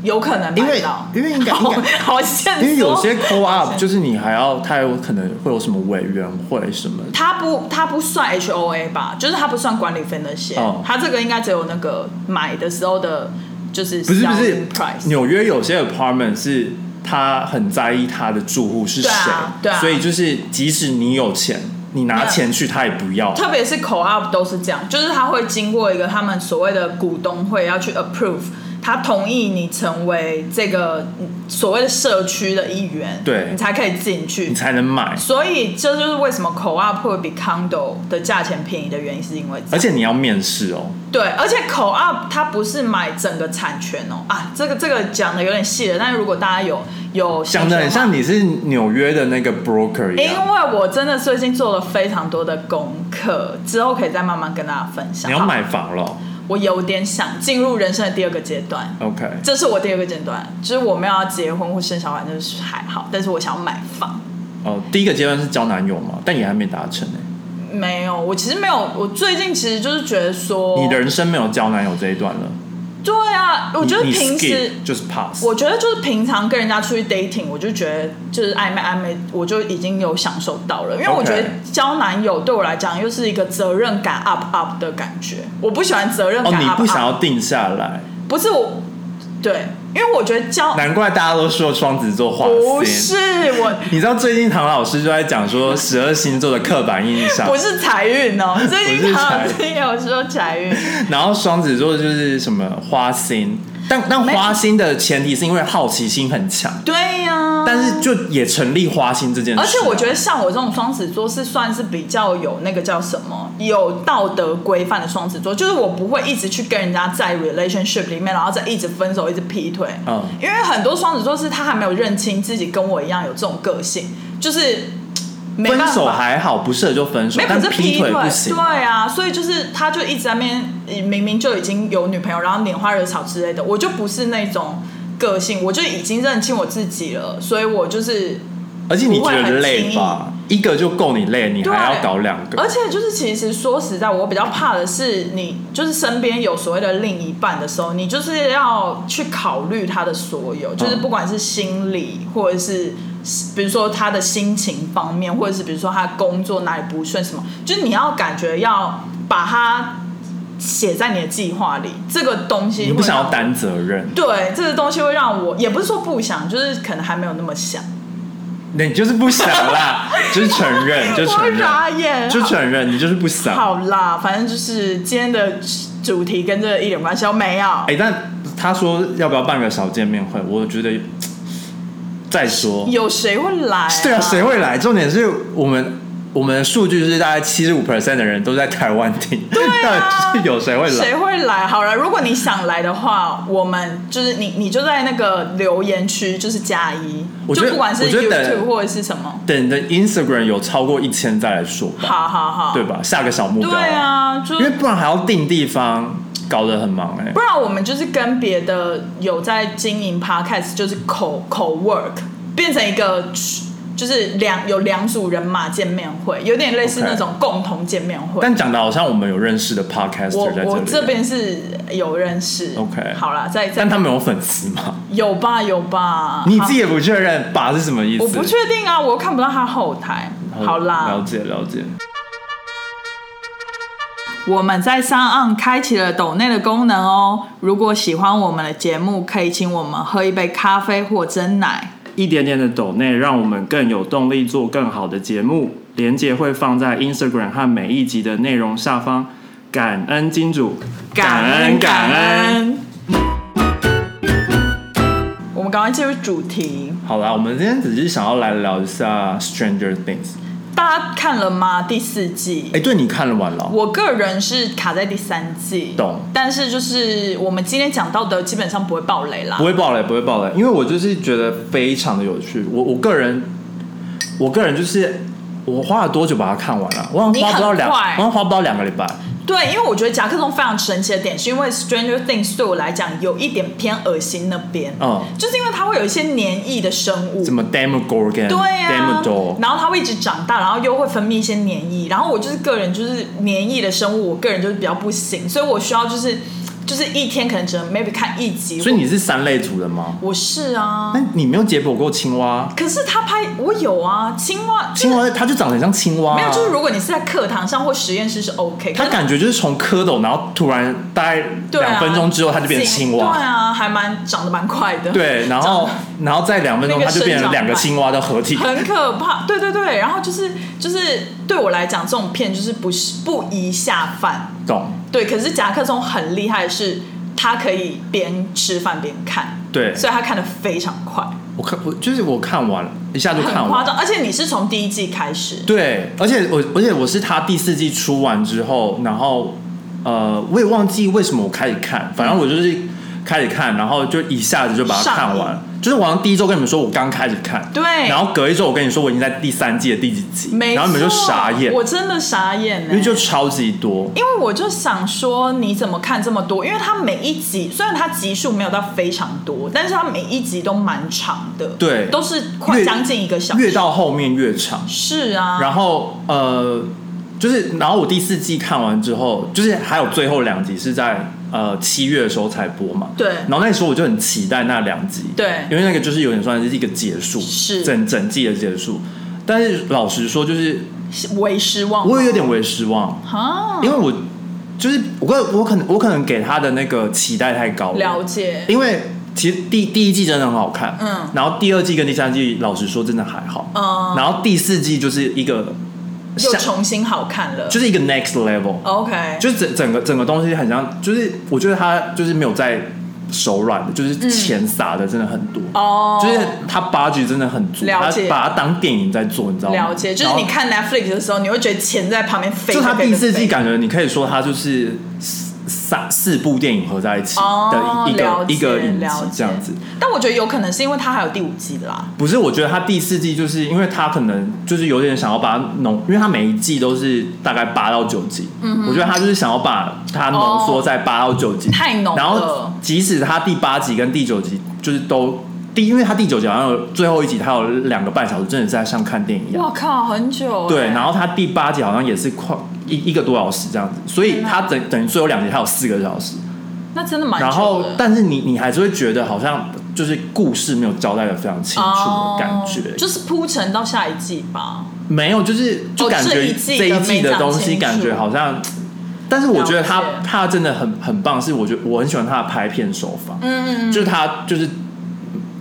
Speaker 2: 有可能
Speaker 1: 因
Speaker 2: 买
Speaker 1: 为
Speaker 2: 到。
Speaker 1: 因为
Speaker 2: [laughs]
Speaker 1: 应该应
Speaker 2: 好
Speaker 1: 该
Speaker 2: 好现实哦，
Speaker 1: 因为有些 co op 就是你还要，它有可能会有什么委员会什么的，
Speaker 2: 他不，他不算 H O A 吧，就是他不算管理费那些，
Speaker 1: 哦
Speaker 2: 他这个应该只有那个买的时候的，就是
Speaker 1: 不是不是
Speaker 2: selling price，
Speaker 1: 纽约有些 apartment 是他很在意他的住户是谁
Speaker 2: 对啊，对啊
Speaker 1: 所以就是即使你有钱，你拿
Speaker 2: 对
Speaker 1: 钱去他也不要，
Speaker 2: 特别是 co op 都是这样，就是他会经过一个他们所谓的股东会要去 approve，他同意你成为这个所谓的社区的一员，
Speaker 1: 对
Speaker 2: 你才可以进去
Speaker 1: 你，才能买，
Speaker 2: 所以这就是为什么 co op 会比 condo 的价钱便宜的原因，是因为这样
Speaker 1: 而且你要面试哦，
Speaker 2: 对，而且口 up 它不是买整个产权哦啊，这个这个讲的有点细了，但是如果大家有有兴
Speaker 1: 讲
Speaker 2: 趣
Speaker 1: 的
Speaker 2: 的
Speaker 1: 很
Speaker 2: 话
Speaker 1: 像你是纽约的那个 broker 一
Speaker 2: 因
Speaker 1: 样，
Speaker 2: 为我真的最近做了非常多的功课，之后可以再慢慢跟大家分享。
Speaker 1: 你要
Speaker 2: 好
Speaker 1: 买房了哦
Speaker 2: 我有点想进入人生的第二个阶段，
Speaker 1: ，OK，
Speaker 2: 这是我第二个阶段，就是我没有要结婚或生小孩，那是还好，但是我想要买房。
Speaker 1: 哦，第一个阶段是交男友嘛，但也还没达成欸呢、
Speaker 2: 没有，我其实没有，我最近其实就是觉得说，
Speaker 1: 你的人生没有交男友这一段了，
Speaker 2: 对啊，我觉得
Speaker 1: 你你
Speaker 2: 平时
Speaker 1: skip 就是 pass，
Speaker 2: 我觉得就是平常跟人家出去 dating，我就觉得就是暧昧暧昧，我就已经有享受到了，因为
Speaker 1: OK
Speaker 2: 我觉得交男友对我来讲又是一个责任感 up up 的感觉，我不喜欢责任
Speaker 1: 哦，
Speaker 2: 感 up
Speaker 1: 你
Speaker 2: up，、
Speaker 1: 不想要定下来，
Speaker 2: 不是我，对，因为我觉得交
Speaker 1: 难怪大家都说双子座花
Speaker 2: 哦不
Speaker 1: 心。
Speaker 2: 是我。
Speaker 1: 你知道最近唐老师就在讲说十二星座的刻板印象
Speaker 2: 不，是财
Speaker 1: [laughs]
Speaker 2: 运哦，最
Speaker 1: 不是
Speaker 2: 近
Speaker 1: 财
Speaker 2: 好
Speaker 1: 运
Speaker 2: 像也有说财运，
Speaker 1: 然后双子座就是什么花心，但但
Speaker 2: 没
Speaker 1: 花心的前提是因为好奇心很强，
Speaker 2: 对呀、
Speaker 1: 但是就也成立花心这件事啊。
Speaker 2: 而且我觉得像我这种双子座是算是比较有那个叫什么有道德规范的双子座，就是我不会一直去跟人家在 relationship 里面，然后再一直分手，一直劈腿。
Speaker 1: 嗯
Speaker 2: 因为很多双子座是他还没有认清自己跟我一样有这种个性，就是没办
Speaker 1: 分
Speaker 2: 法
Speaker 1: 手还好，不适合就分手
Speaker 2: 没，有，
Speaker 1: 但
Speaker 2: 可是
Speaker 1: 劈
Speaker 2: 腿
Speaker 1: 不行。
Speaker 2: 对啊，所以就是他就一直在那边，呃明明就已经有女朋友，然后拈花惹草之类的，我就不是那种个性，我就已经认清我自己了，所以我就是
Speaker 1: 而且你觉
Speaker 2: 不会
Speaker 1: 得
Speaker 2: 很
Speaker 1: 累吧？一个就够你累，你还要搞两个
Speaker 2: 而。且就是，其实说实在，我比较怕的是你，就是身边有所谓的另一半的时候，你就是要去考虑他的所有，就是
Speaker 1: 嗯
Speaker 2: 不管是心理，或者是比如说他的心情方面，或者是比如说他工作哪里不顺什么，就是你要感觉要把他写在你的计划里，这个东西
Speaker 1: 你不
Speaker 2: 会
Speaker 1: 想
Speaker 2: 让
Speaker 1: 要
Speaker 2: 我
Speaker 1: 担责任，
Speaker 2: 对，这个东西会让我也不是说不想，就是可能还没有那么想。
Speaker 1: 那你就是不想
Speaker 2: [laughs]
Speaker 1: 啦，就是承认，就承
Speaker 2: 我
Speaker 1: 认，
Speaker 2: 傻眼，
Speaker 1: 就承认，你就是不想。
Speaker 2: 好啦，反正就是今天的主题跟这一点关系都没有。
Speaker 1: 哎、但他说要不要办个小见面会，我觉得再说，
Speaker 2: 有谁会来、
Speaker 1: 对啊，谁？会来？重点是我们我们的数据是大概七十五 percent 的人都在台湾听，对 [laughs]
Speaker 2: 啊
Speaker 1: 是有谁会来
Speaker 2: 谁？会来？好了，如果你想来的话，我们就是你，你就在那个留言区，就是加一，
Speaker 1: 我觉
Speaker 2: 就
Speaker 1: 得
Speaker 2: 不管是
Speaker 1: 我觉得等
Speaker 2: YouTube 或者是什么，
Speaker 1: 等的 Instagram 有超过一千再来说吧，
Speaker 2: 好好好，
Speaker 1: 对？吧？下个小目标，
Speaker 2: 对，啊，就
Speaker 1: 因为不然还要定地方，搞得很忙哎、
Speaker 2: 不然我们就是跟别的有在经营 podcast，就是口口 work 变成一个就是两有两组人马见面会，有点类似
Speaker 1: OK
Speaker 2: 那种共同见面会。
Speaker 1: 但讲的好像我们有认识的 podcaster
Speaker 2: 我
Speaker 1: 在
Speaker 2: 我
Speaker 1: 这
Speaker 2: 这
Speaker 1: 里，啊
Speaker 2: 边是有认识
Speaker 1: OK
Speaker 2: 好啦，再再
Speaker 1: 但他们有粉丝
Speaker 3: [laughs]
Speaker 1: 吗？
Speaker 2: 有吧有吧，
Speaker 1: 你自己
Speaker 2: 好
Speaker 1: 也不确认吧是什么意思？
Speaker 2: 我不确定啊，我又看不到他后台。好
Speaker 1: 了
Speaker 2: 啦，
Speaker 1: 解了解。
Speaker 2: 我们在上岸开启了抖内的功能哦。如果喜欢我们的节目，可以请我们喝一杯咖啡或蒸奶。
Speaker 3: 一点点的抖内，让我们更有动力做更好的节目。连接会放在 Instagram 和每一集的内容下方。感恩金主，
Speaker 2: 感恩。我们赶快进入主题，
Speaker 1: 好啦，我们今天只是想要来聊一下《Stranger Things》。
Speaker 2: 大家看了吗？第四季。
Speaker 1: 哎，对你看了完了？
Speaker 2: 我个人是卡在第三季，
Speaker 1: 懂
Speaker 2: 但是就是我们今天讲到的，基本上不会爆雷啦
Speaker 1: 不。会爆雷，不会爆雷，因为我就是觉得非常的有趣。我我个人，我个人就是我花了多久把它看完了、啊我好像花不到两，
Speaker 2: 你
Speaker 1: 我
Speaker 2: 很快
Speaker 1: 好像花不到两个礼拜。
Speaker 2: 对，因为我觉得夹克松非常神奇的点，是因为《Stranger Things》对我来讲有一点偏恶心那边，
Speaker 1: 嗯，
Speaker 2: 就是因为它会有一些黏液的生物，
Speaker 1: 什么 Demogorgon，
Speaker 2: 对啊呀、
Speaker 1: Demodor，
Speaker 2: 然后它会一直长大，然后又会分泌一些黏液。然后我就是个人就是黏液的生物，我个人就是比较不行，所以我需要就是就是一天可能只能 maybe 看一集。
Speaker 1: 所以你是三类族的吗？
Speaker 2: 我是啊
Speaker 1: 那，你没有解剖过青蛙？
Speaker 2: 可是他拍我有啊，青蛙就是
Speaker 1: 青蛙它就长得很像青蛙、啊，
Speaker 2: 没有，就是如果你是在课堂上或实验室是 OK，
Speaker 1: 它
Speaker 2: 可是
Speaker 1: 感觉就是从蝌蚪，然后突然大概
Speaker 2: 对啊
Speaker 1: 两分钟之后，它就变成青
Speaker 2: 对
Speaker 1: 蛙。
Speaker 2: 啊，还蛮长得蛮快的，
Speaker 1: 对，然后然后再两分钟，
Speaker 2: 那
Speaker 1: 它
Speaker 2: 个
Speaker 1: 就变成两个青蛙的合体。
Speaker 2: 很可怕，对对对，然后就是就是对我来讲，这种片就是不是不宜下饭，
Speaker 1: 懂？
Speaker 2: 对，可是夹克松很厉害的是，他可以边吃饭边看，
Speaker 1: 对，
Speaker 2: 所以他看得非常快，
Speaker 1: 我看我就是我看完了，一下就看
Speaker 2: 很
Speaker 1: 完
Speaker 2: 夸
Speaker 1: 了。
Speaker 2: 张。而且你是从第一季开始，
Speaker 1: 对，而且我而且我是他第四季出完之后，然后呃，我也忘记为什么我开始看，反正我就是开始看，然后就一下子就把它看
Speaker 2: 上
Speaker 1: 完。就是我好像第一周跟你们说我刚开始看，
Speaker 2: 对
Speaker 1: 然后隔一周我跟你说我已经在第三季的第几集，
Speaker 2: 没错，
Speaker 1: 然后你们就傻眼，
Speaker 2: 我真的傻眼、欸，
Speaker 1: 因为就超级多。
Speaker 2: 因为我就想说，你怎么看这么多？因为它每一集虽然它集数没有到非常多，但是它每一集都蛮长的，
Speaker 1: 对
Speaker 2: 都是快
Speaker 1: 越
Speaker 2: 将近一个小时。
Speaker 1: 越到后面越长，
Speaker 2: 是啊，
Speaker 1: 然后呃，就是然后我第四季看完之后，就是还有最后两集是在呃七月的时候才播嘛。
Speaker 2: 对
Speaker 1: 然后那时候我就很期待那两集，
Speaker 2: 对
Speaker 1: 因为那个就是有点算是一个结束，
Speaker 2: 是
Speaker 1: 整整季的结束。但是老实说，就是
Speaker 2: 为失望吗，
Speaker 1: 我也有点为失望，
Speaker 2: 啊，
Speaker 1: 因为我就是我可我可能我可能给他的那个期待太高
Speaker 2: 了解，
Speaker 1: 因为其实第第一季真的很好看，
Speaker 2: 嗯
Speaker 1: 然后第二季跟第三季老实说真的还好，
Speaker 2: 嗯
Speaker 1: 然后第四季就是一个
Speaker 2: 又
Speaker 1: 像
Speaker 2: 重新好看了，
Speaker 1: 就是一个 next level，、
Speaker 2: OK，
Speaker 1: 就是整整个整个东西很像，就是我觉得他就是没有在手软的，就是钱撒的真的很多。
Speaker 2: 哦，
Speaker 1: 就是他八局真的很足，他
Speaker 2: 了解
Speaker 1: 把它当电影在做，你知道吗？
Speaker 2: 了解，就是你看 Netflix 的时候，你会觉得钱在旁边飞，
Speaker 1: 就他
Speaker 2: 飞
Speaker 1: 第四季，
Speaker 2: 飞
Speaker 1: 感觉你可以说他就是四三四部电影合在一起
Speaker 2: 哦
Speaker 1: 的一一个、
Speaker 2: 了解
Speaker 1: 一个影集
Speaker 2: 了解
Speaker 1: 这样子。
Speaker 2: 但我觉得有可能是因为它还有第五季啦，
Speaker 1: 不是，我觉得他第四季就是因为他可能就是有点想要把它浓，因为他每一季都是大概八到九集，
Speaker 2: 嗯
Speaker 1: 我觉得他就是想要把它浓
Speaker 2: 哦
Speaker 1: 缩在八到九集，
Speaker 2: 太浓了
Speaker 1: 然后即使他第八集跟第九集就是都第，因为他第九集好像有最后一集，他有两个半小时，真的是在像看电影一样。
Speaker 2: 我靠，很久欸，
Speaker 1: 对，然后他第八集好像也是快一一个多小时这样子，所以他等等于最后两集还有四个小时，
Speaker 2: 那真的蛮久
Speaker 1: 然
Speaker 2: 的，
Speaker 1: 后但是你你还是会觉得好像就是故事没有交代的非常清楚的感觉，嗯
Speaker 2: 哦就是铺陈到下一季吧。
Speaker 1: 没有，就是就感
Speaker 2: 这
Speaker 1: 觉
Speaker 2: 一季的
Speaker 1: 这一季
Speaker 2: 没
Speaker 1: 的
Speaker 2: 长
Speaker 1: 东西，
Speaker 2: 清楚
Speaker 1: 感觉好像但是我觉得他
Speaker 2: 了解
Speaker 1: 他真的很很棒，是我觉得我很喜欢他的拍片手法，
Speaker 4: 嗯嗯
Speaker 1: 就是他就是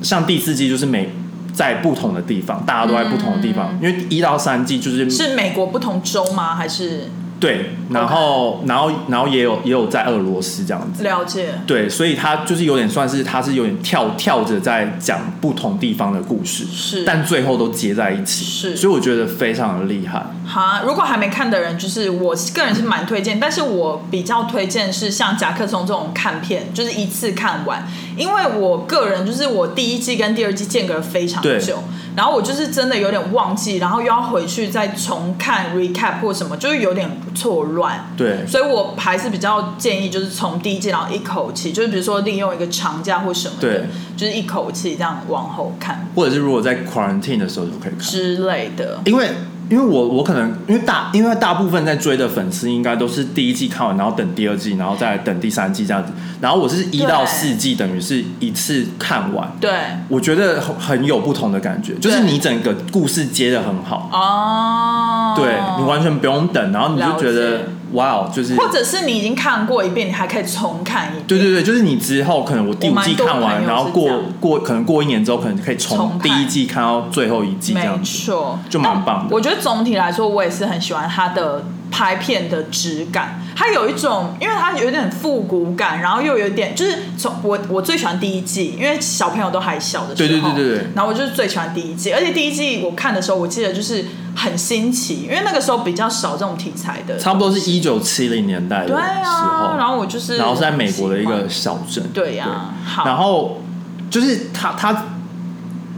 Speaker 1: 像第四季就是每在不同的地方，大家都在不同的地方，因为一到三季就是
Speaker 2: 嗯是美国不同州吗？还是
Speaker 1: 对，然后然后然后也有也有在俄罗斯这样子，
Speaker 2: 了解？
Speaker 1: 对，所以他就是有点算是他是有点跳跳着在讲不同地方的故事，
Speaker 2: 是
Speaker 1: 但最后都结在一起，
Speaker 2: 是
Speaker 1: 所以我觉得非常的厉害。
Speaker 2: 哈，如果还没看的人，就是我个人是蛮推荐，但是我比较推荐是像夹克松这种看片，就是一次看完，因为我个人就是我第一季跟第二季间隔非常
Speaker 1: 对
Speaker 2: 久，然后我就是真的有点忘记，然后又要回去再重看 recap 或什么，就是有点错乱。
Speaker 1: 对，
Speaker 2: 所以我还是比较建议，就是从第一季然后一口气，就是比如说利用一个长假或什么的
Speaker 1: 对，
Speaker 2: 就是一口气这样往后看
Speaker 1: 或者是如果在 quarantine 的时候就可以看，
Speaker 2: 之类的。
Speaker 1: 因为因为我我可能因为大因为大部分在追的粉丝应该都是第一季看完，然后等第二季，然后再等第三季这样子，然后我是一
Speaker 2: 对
Speaker 1: 到四季等于是一次看完，
Speaker 2: 对，
Speaker 1: 我觉得很很有不同的感觉，就是你整个故事接的很好，
Speaker 2: 哦，
Speaker 1: 对你完全不用等，然后你就觉
Speaker 2: 了
Speaker 1: 得哇哦，就是
Speaker 2: 或者是你已经看过一遍，你还可以重看一遍。
Speaker 1: 对对对，就是你之后可能我第五季看
Speaker 2: 我蛮多朋友
Speaker 1: 完，
Speaker 2: 是
Speaker 1: 然后
Speaker 2: 这
Speaker 1: 过
Speaker 2: 样
Speaker 1: 过可能过一年之后，可能可以从
Speaker 2: 重看
Speaker 1: 第一季看到最后一季这样
Speaker 2: 没
Speaker 1: 子。
Speaker 2: 错，
Speaker 1: 就蛮棒的
Speaker 2: 但我觉得总体来说，我也是很喜欢它的拍片的质感。它有一种，因为它有点复古感，然后又有点就是从我我最喜欢第一季，因为小朋友都还小的时
Speaker 1: 对
Speaker 2: 候，
Speaker 1: 对对对对
Speaker 2: 然后我就是最喜欢第一季，而且第一季我看的时候，我记得就是很新奇，因为那个时候比较少这种题材的，
Speaker 1: 差不多是一九七零年代的时
Speaker 2: 对
Speaker 1: 候，
Speaker 2: 啊，然后我就是
Speaker 1: 然后是在美国的一
Speaker 2: 喜
Speaker 1: 个
Speaker 2: 欢
Speaker 1: 小镇，
Speaker 2: 对呀、好，
Speaker 1: 然后就是他他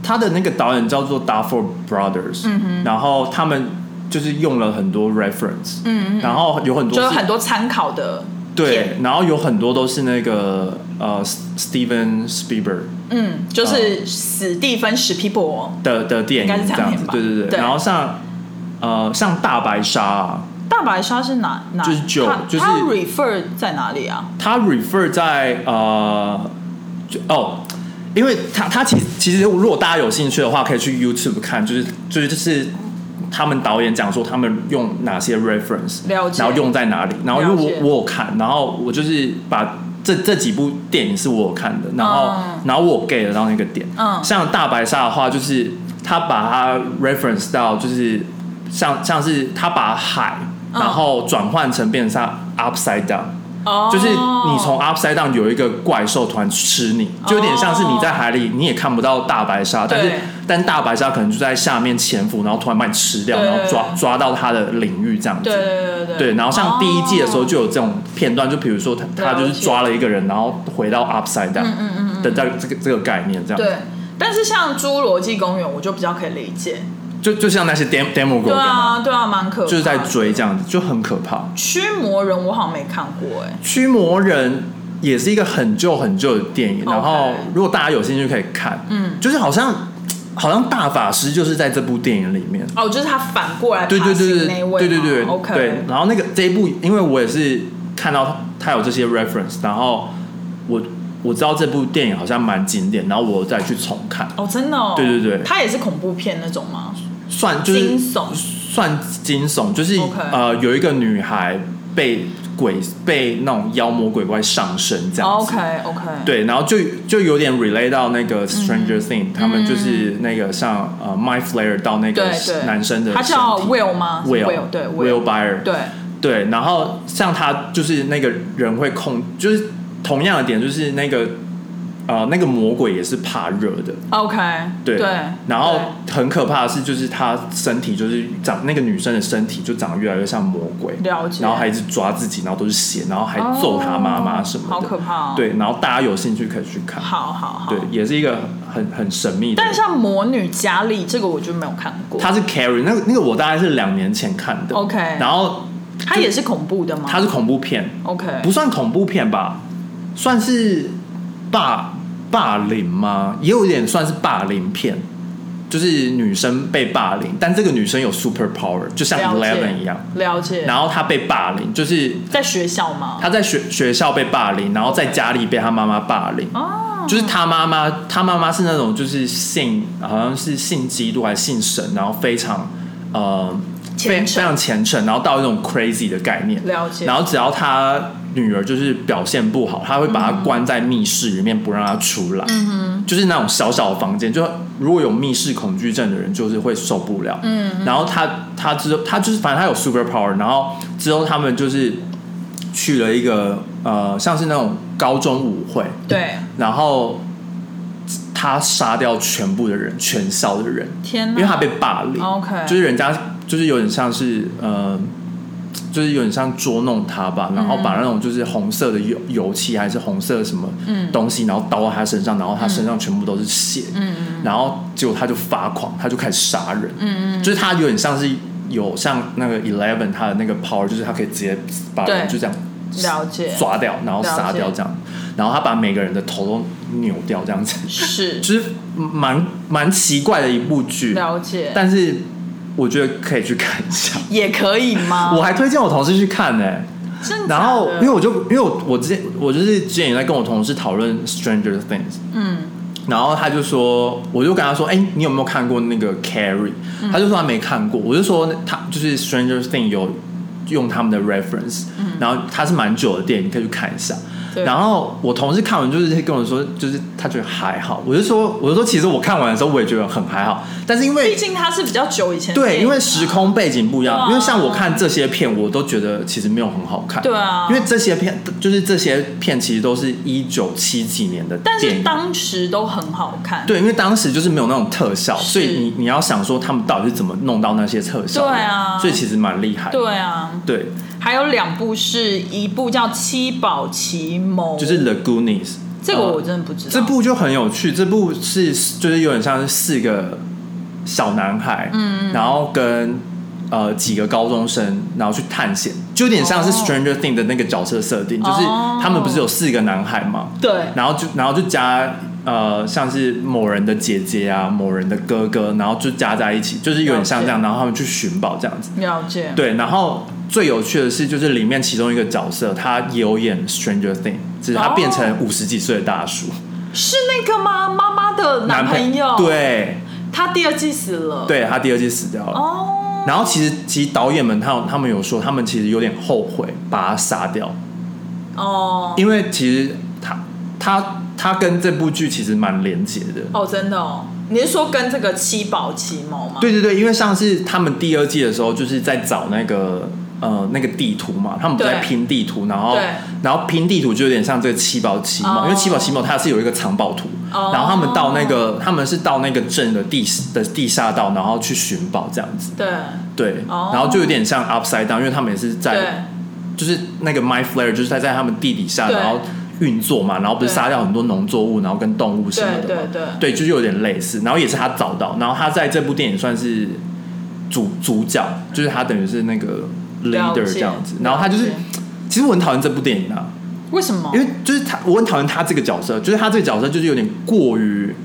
Speaker 1: 他的那个导演叫做 Duffer Brothers，、然
Speaker 2: 嗯
Speaker 1: 后他们就是用了很多 reference，嗯然后有很多
Speaker 2: 就是有很多参考的
Speaker 1: 对
Speaker 2: 片，
Speaker 1: 然后有很多都是那个呃 Steven Spielberg
Speaker 2: 嗯，就是史蒂芬史皮博
Speaker 1: 的的电
Speaker 2: 应该
Speaker 1: 影
Speaker 2: 是
Speaker 1: 这
Speaker 2: 这
Speaker 1: 样
Speaker 2: 样念
Speaker 1: 子，
Speaker 2: 吧
Speaker 1: 对对对。
Speaker 2: 对
Speaker 1: 然后像呃像大白鲨、啊，
Speaker 2: 大白鲨是哪哪？
Speaker 1: 就是九
Speaker 2: 它
Speaker 1: 就是
Speaker 2: 它 refer 在哪里啊？
Speaker 1: 它 refer 在呃就哦。因为它它其实其实如果大家有兴趣的话，可以去 YouTube 看，就是就是就是他们导演讲说他们用哪些 reference，
Speaker 2: 了解
Speaker 1: 然后用在哪里，然后因为
Speaker 2: 了解
Speaker 1: 我我有看，然后我就是把这这几部电影是我有看的，然后、
Speaker 2: 嗯
Speaker 1: 然后我 get 得到那个点，
Speaker 2: 嗯
Speaker 1: 像大白鲨的话，就是他把它 reference 到，就是像像是他把海，
Speaker 2: 嗯
Speaker 1: 然后转换成变成像 upside down，、
Speaker 2: 哦
Speaker 1: 就是你从 upside down 有一个怪兽团吃你，就有点像是你在海里，你也看不到大白鲨，但是
Speaker 2: 哦对
Speaker 1: 但大白鲨可能就在下面潜伏，然后突然把你吃掉，
Speaker 2: 对
Speaker 1: 然后抓抓到它的领域这样子。
Speaker 2: 对对对对
Speaker 1: 对，然后像第一季的时候就有这种片段，就比如说他他就
Speaker 2: 了
Speaker 1: 是
Speaker 2: 解
Speaker 1: 抓了一个人，然后回到 upside
Speaker 2: 嗯
Speaker 1: down 的这个这个这个概念这样子。
Speaker 2: 对。但是像《侏罗纪公园》，我就比较可以理解。
Speaker 1: 就就像那些 demo demo 狗
Speaker 2: 对
Speaker 1: 一样，
Speaker 2: 啊，对啊，蛮可怕的
Speaker 1: 就是在追这样子，就很可怕。
Speaker 2: 驱魔人，我好像没看过哎、
Speaker 1: 驱魔人也是一个很旧很旧的电影，
Speaker 2: OK
Speaker 1: 然后如果大家有兴趣可以看，嗯，就是好像好像大法师就是在这部电影里面，
Speaker 2: 哦，就是他反过来爬
Speaker 1: 对对对对
Speaker 2: 行那一位
Speaker 1: 对对
Speaker 2: 吗
Speaker 1: 对
Speaker 2: ，OK，
Speaker 1: 对，然后那个这一部，因为我也是看到他有这些 reference，然后我我知道这部电影好像蛮经典，然后我再去重看，
Speaker 2: 哦，真的、哦，
Speaker 1: 对对对
Speaker 2: 它也是恐怖片那种吗？
Speaker 1: 算就是
Speaker 2: 惊悚
Speaker 1: 算惊悚，就是
Speaker 2: OK
Speaker 1: 呃，有一个女孩被鬼被那种妖魔鬼怪上身这样子。
Speaker 2: 哦 OK OK，，
Speaker 1: 对，然后就就有点 relay 到那
Speaker 2: 嗯
Speaker 1: 个 Stranger Thing，、他们就是那个像呃 My Flayer 到那个
Speaker 2: 对对
Speaker 1: 男生的
Speaker 2: 他叫
Speaker 1: 身体
Speaker 2: Will 吗是
Speaker 1: Will
Speaker 2: Will，对
Speaker 1: Will
Speaker 2: Will
Speaker 1: Byer
Speaker 2: 对，
Speaker 1: 对，然后像他就是那个人会控，就是同样的点就是那个呃那个魔鬼也是怕热的，
Speaker 2: OK，
Speaker 1: 对，
Speaker 2: 对，
Speaker 1: 然后
Speaker 2: 对
Speaker 1: 很可怕的是，就是她身体就是长那个女生的身体就长得越来越像魔鬼，
Speaker 2: 了解
Speaker 1: 然后还一直抓自己，然后都是血，然后还揍她妈妈什么的，
Speaker 2: 哦好可怕哦
Speaker 1: 对，然后大家有兴趣可以去看，
Speaker 2: 好好好，
Speaker 1: 对，也是一个很很神秘的。
Speaker 2: 但像《魔女佳丽》这个我就没有看过，
Speaker 1: 她是 Carrie，那个那个我大概是两年前看的
Speaker 2: OK
Speaker 1: 然后
Speaker 2: 它也是恐怖的吗？
Speaker 1: 它是恐怖片，
Speaker 2: OK，
Speaker 1: 不算恐怖片吧，算是霸霸凌吗？也有一点算是霸凌片，就是女生被霸凌，但这个女生有 super power，就像
Speaker 2: 了解
Speaker 1: Eleven 一样。
Speaker 2: 了解。
Speaker 1: 然后她被霸凌，就是
Speaker 2: 在学校吗？
Speaker 1: 她在学学校被霸凌，然后在家里被她妈妈霸凌。
Speaker 2: 哦，
Speaker 1: 就是她妈妈，她妈妈是那种就是信，好像是信基督还是信神，然后非常呃非
Speaker 4: 虔
Speaker 1: 非
Speaker 4: 诚
Speaker 1: 常虔诚，然后到一种 crazy 的概念。
Speaker 2: 了解
Speaker 1: 然后只要他女儿就是表现不好，他会把她关在密室里面，不让她出来。嗯哼，就是那种小小的房间，就如果有密室恐惧症的人，就是会受不了。嗯，然后他他之后他就是反正他有 super power，然后之后他们就是去了一个呃像是那种高中舞会，
Speaker 2: 对，
Speaker 1: 然后他杀掉全部的人，全校的人，
Speaker 2: 天
Speaker 1: 因
Speaker 2: 哪，
Speaker 1: 为他被霸凌。
Speaker 2: OK，
Speaker 1: 就是人家就是有点像是呃，就是有点像捉弄他
Speaker 2: 嗯
Speaker 1: 吧，然后把那种就是红色的油油漆还是红色的什么东西，然后倒到他身上，然后他身上全部都是血，
Speaker 2: 嗯
Speaker 1: 然后结果他就发狂，他就开始杀人，
Speaker 2: 嗯嗯，
Speaker 1: 就是他有点像是有像那个 Eleven 他的那个 power，就是他可以直接把人
Speaker 2: 对
Speaker 1: 就这样
Speaker 2: 了解，
Speaker 1: 抓掉，然后杀
Speaker 2: 了
Speaker 1: 掉
Speaker 2: 解
Speaker 1: 这样，然后他把每个人的头都扭掉这样子， [laughs]
Speaker 2: 是
Speaker 1: 就是蛮蛮奇怪的一部剧，
Speaker 2: 了解，
Speaker 1: 但是我觉得可以去看一下。
Speaker 2: 也可以吗？
Speaker 1: 我还推荐我同事去看呢、
Speaker 2: 啊真的假的
Speaker 1: 然后因为我就因为我我之前我就是之前也在跟我同事讨论《Stranger Things》，
Speaker 2: 嗯，
Speaker 1: 然后他就说，我就跟他说，哎、你有没有看过那个 Carrie？、他就
Speaker 2: 嗯
Speaker 1: 说他没看过，我就说他就是《Stranger Things》有用他们的 reference，、然后它是蛮久的电影，你可以去看一下。
Speaker 2: 嗯对
Speaker 1: 然后我同事看完就是跟我说，就是他觉得还好，我就说我就说其实我看完的时候我也觉得很还好，但是因为
Speaker 2: 毕竟它是比较久以前的
Speaker 1: 对，
Speaker 2: 电影，啊
Speaker 1: 因为时空背景不一
Speaker 2: 对啊
Speaker 1: 样。因为像我看这些片，我都觉得其实没有很好看。
Speaker 2: 对啊
Speaker 1: 因为这些片就是这些片，其实都是一九七几年的
Speaker 2: 但
Speaker 1: 电
Speaker 2: 是
Speaker 1: 影。
Speaker 2: 当时都很好看，
Speaker 1: 对，因为当时就是没有那种特效，
Speaker 2: 是
Speaker 1: 所以你你要想说他们到底是怎么弄到那些特效的？
Speaker 2: 对啊
Speaker 1: 所以其实蛮厉害的。
Speaker 2: 对啊，
Speaker 1: 对，
Speaker 2: 还有两部是一部叫《七宝奇谋》，
Speaker 1: 就是 The Goonies。
Speaker 2: 这个
Speaker 1: 呃
Speaker 2: 我真的不知道，
Speaker 1: 这部就很有趣，这部是就是有点像是四个小男孩，嗯，然后跟呃几个高中生，然后去探险，就有点像是
Speaker 2: 哦
Speaker 1: Stranger Thing 的那个角色设定，就是
Speaker 2: 哦
Speaker 1: 他们不是有四个男孩嘛，
Speaker 2: 对
Speaker 1: 然后就然后就加呃像是某人的姐姐啊，某人的哥哥，然后就加在一起，就是有点像这样，然后他们去寻宝这样子，
Speaker 2: 了解，
Speaker 1: 对，然后。最有趣的是，就是里面其中一个角色，他也有演《Stranger Thing》，只是他变成
Speaker 2: 哦
Speaker 1: 五十几岁的大叔。
Speaker 2: 是那个吗？妈妈的男朋友，，
Speaker 1: 对，
Speaker 2: 他第二季死了，，
Speaker 1: 对他第二季死掉了。
Speaker 2: 哦，
Speaker 1: 然后其实其实导演们他有他们有说，他们其实有点后悔把他杀掉，
Speaker 2: 哦，
Speaker 1: 因为其实他他他跟这部剧其实蛮连结的。
Speaker 2: 哦，真的哦，你是说跟这个七宝奇谋吗？
Speaker 1: 对对对，因为像是他们第二季的时候，就是在找那个呃那个地图嘛，他们不
Speaker 2: 对
Speaker 1: 在拼地图，然后
Speaker 2: 对
Speaker 1: 然后拼地图就有点像这个七宝奇谋，
Speaker 2: 哦
Speaker 1: 因为七宝奇谋它是有一个藏宝图，
Speaker 2: 哦
Speaker 1: 然后他们到那个他们是到那个镇的地的地下道，然后去寻宝这样子。
Speaker 2: 对
Speaker 1: 对，
Speaker 2: 哦
Speaker 1: 然后就有点像 upside down，因为他们也是
Speaker 2: 对
Speaker 1: 在就是那个 my flare，就是在在他们地底下，
Speaker 2: 对
Speaker 1: 然后运作嘛，然后不是
Speaker 2: 对
Speaker 1: 杀掉很多农作物，然后跟动物什么的
Speaker 2: 对
Speaker 1: 嘛，
Speaker 2: 对对，
Speaker 1: 对，就是有点类似。然后也是他找到，然后他在这部电影算是主主角，就是他等于是那个
Speaker 2: 了
Speaker 1: leader
Speaker 2: 解
Speaker 1: 这样子。然后他就是
Speaker 2: 了解，哦
Speaker 1: 其实我很讨厌这部电影啊，
Speaker 2: 为什么？
Speaker 1: 因为就是他，我很讨厌他这个角色，就是他这个角色就是有点过于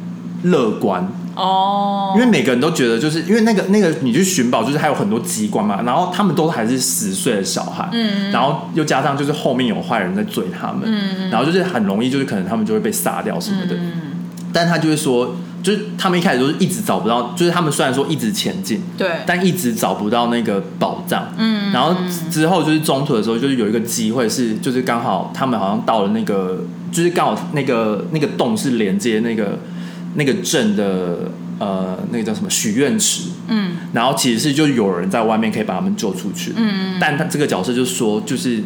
Speaker 1: 乐观。
Speaker 2: 哦，
Speaker 1: 因为每个人都觉得，就是因为那个那个你去寻宝，就是还有很多机关嘛，然后他们都还是十岁的小孩，
Speaker 2: 嗯
Speaker 1: 然后又加上就是后面有坏人在追他们，
Speaker 2: 嗯
Speaker 1: 然后就是很容易就是可能他们就会被杀掉什么的，
Speaker 2: 嗯，
Speaker 1: 但他就会说，就是他们一开始都是一直找不到，就是他们虽然说一直前进，
Speaker 2: 对，
Speaker 1: 但一直找不到那个宝藏，
Speaker 2: 嗯
Speaker 1: 然后之后就是中途的时候，就是有一个机会是，就是刚好他们好像到了那个，就是刚好那个那个洞是连接那个那个镇的呃那个叫什么许愿池，
Speaker 2: 嗯
Speaker 1: 然后其实是就有人在外面可以把他们救出去，
Speaker 2: 嗯，
Speaker 1: 但他这个角色就说就是。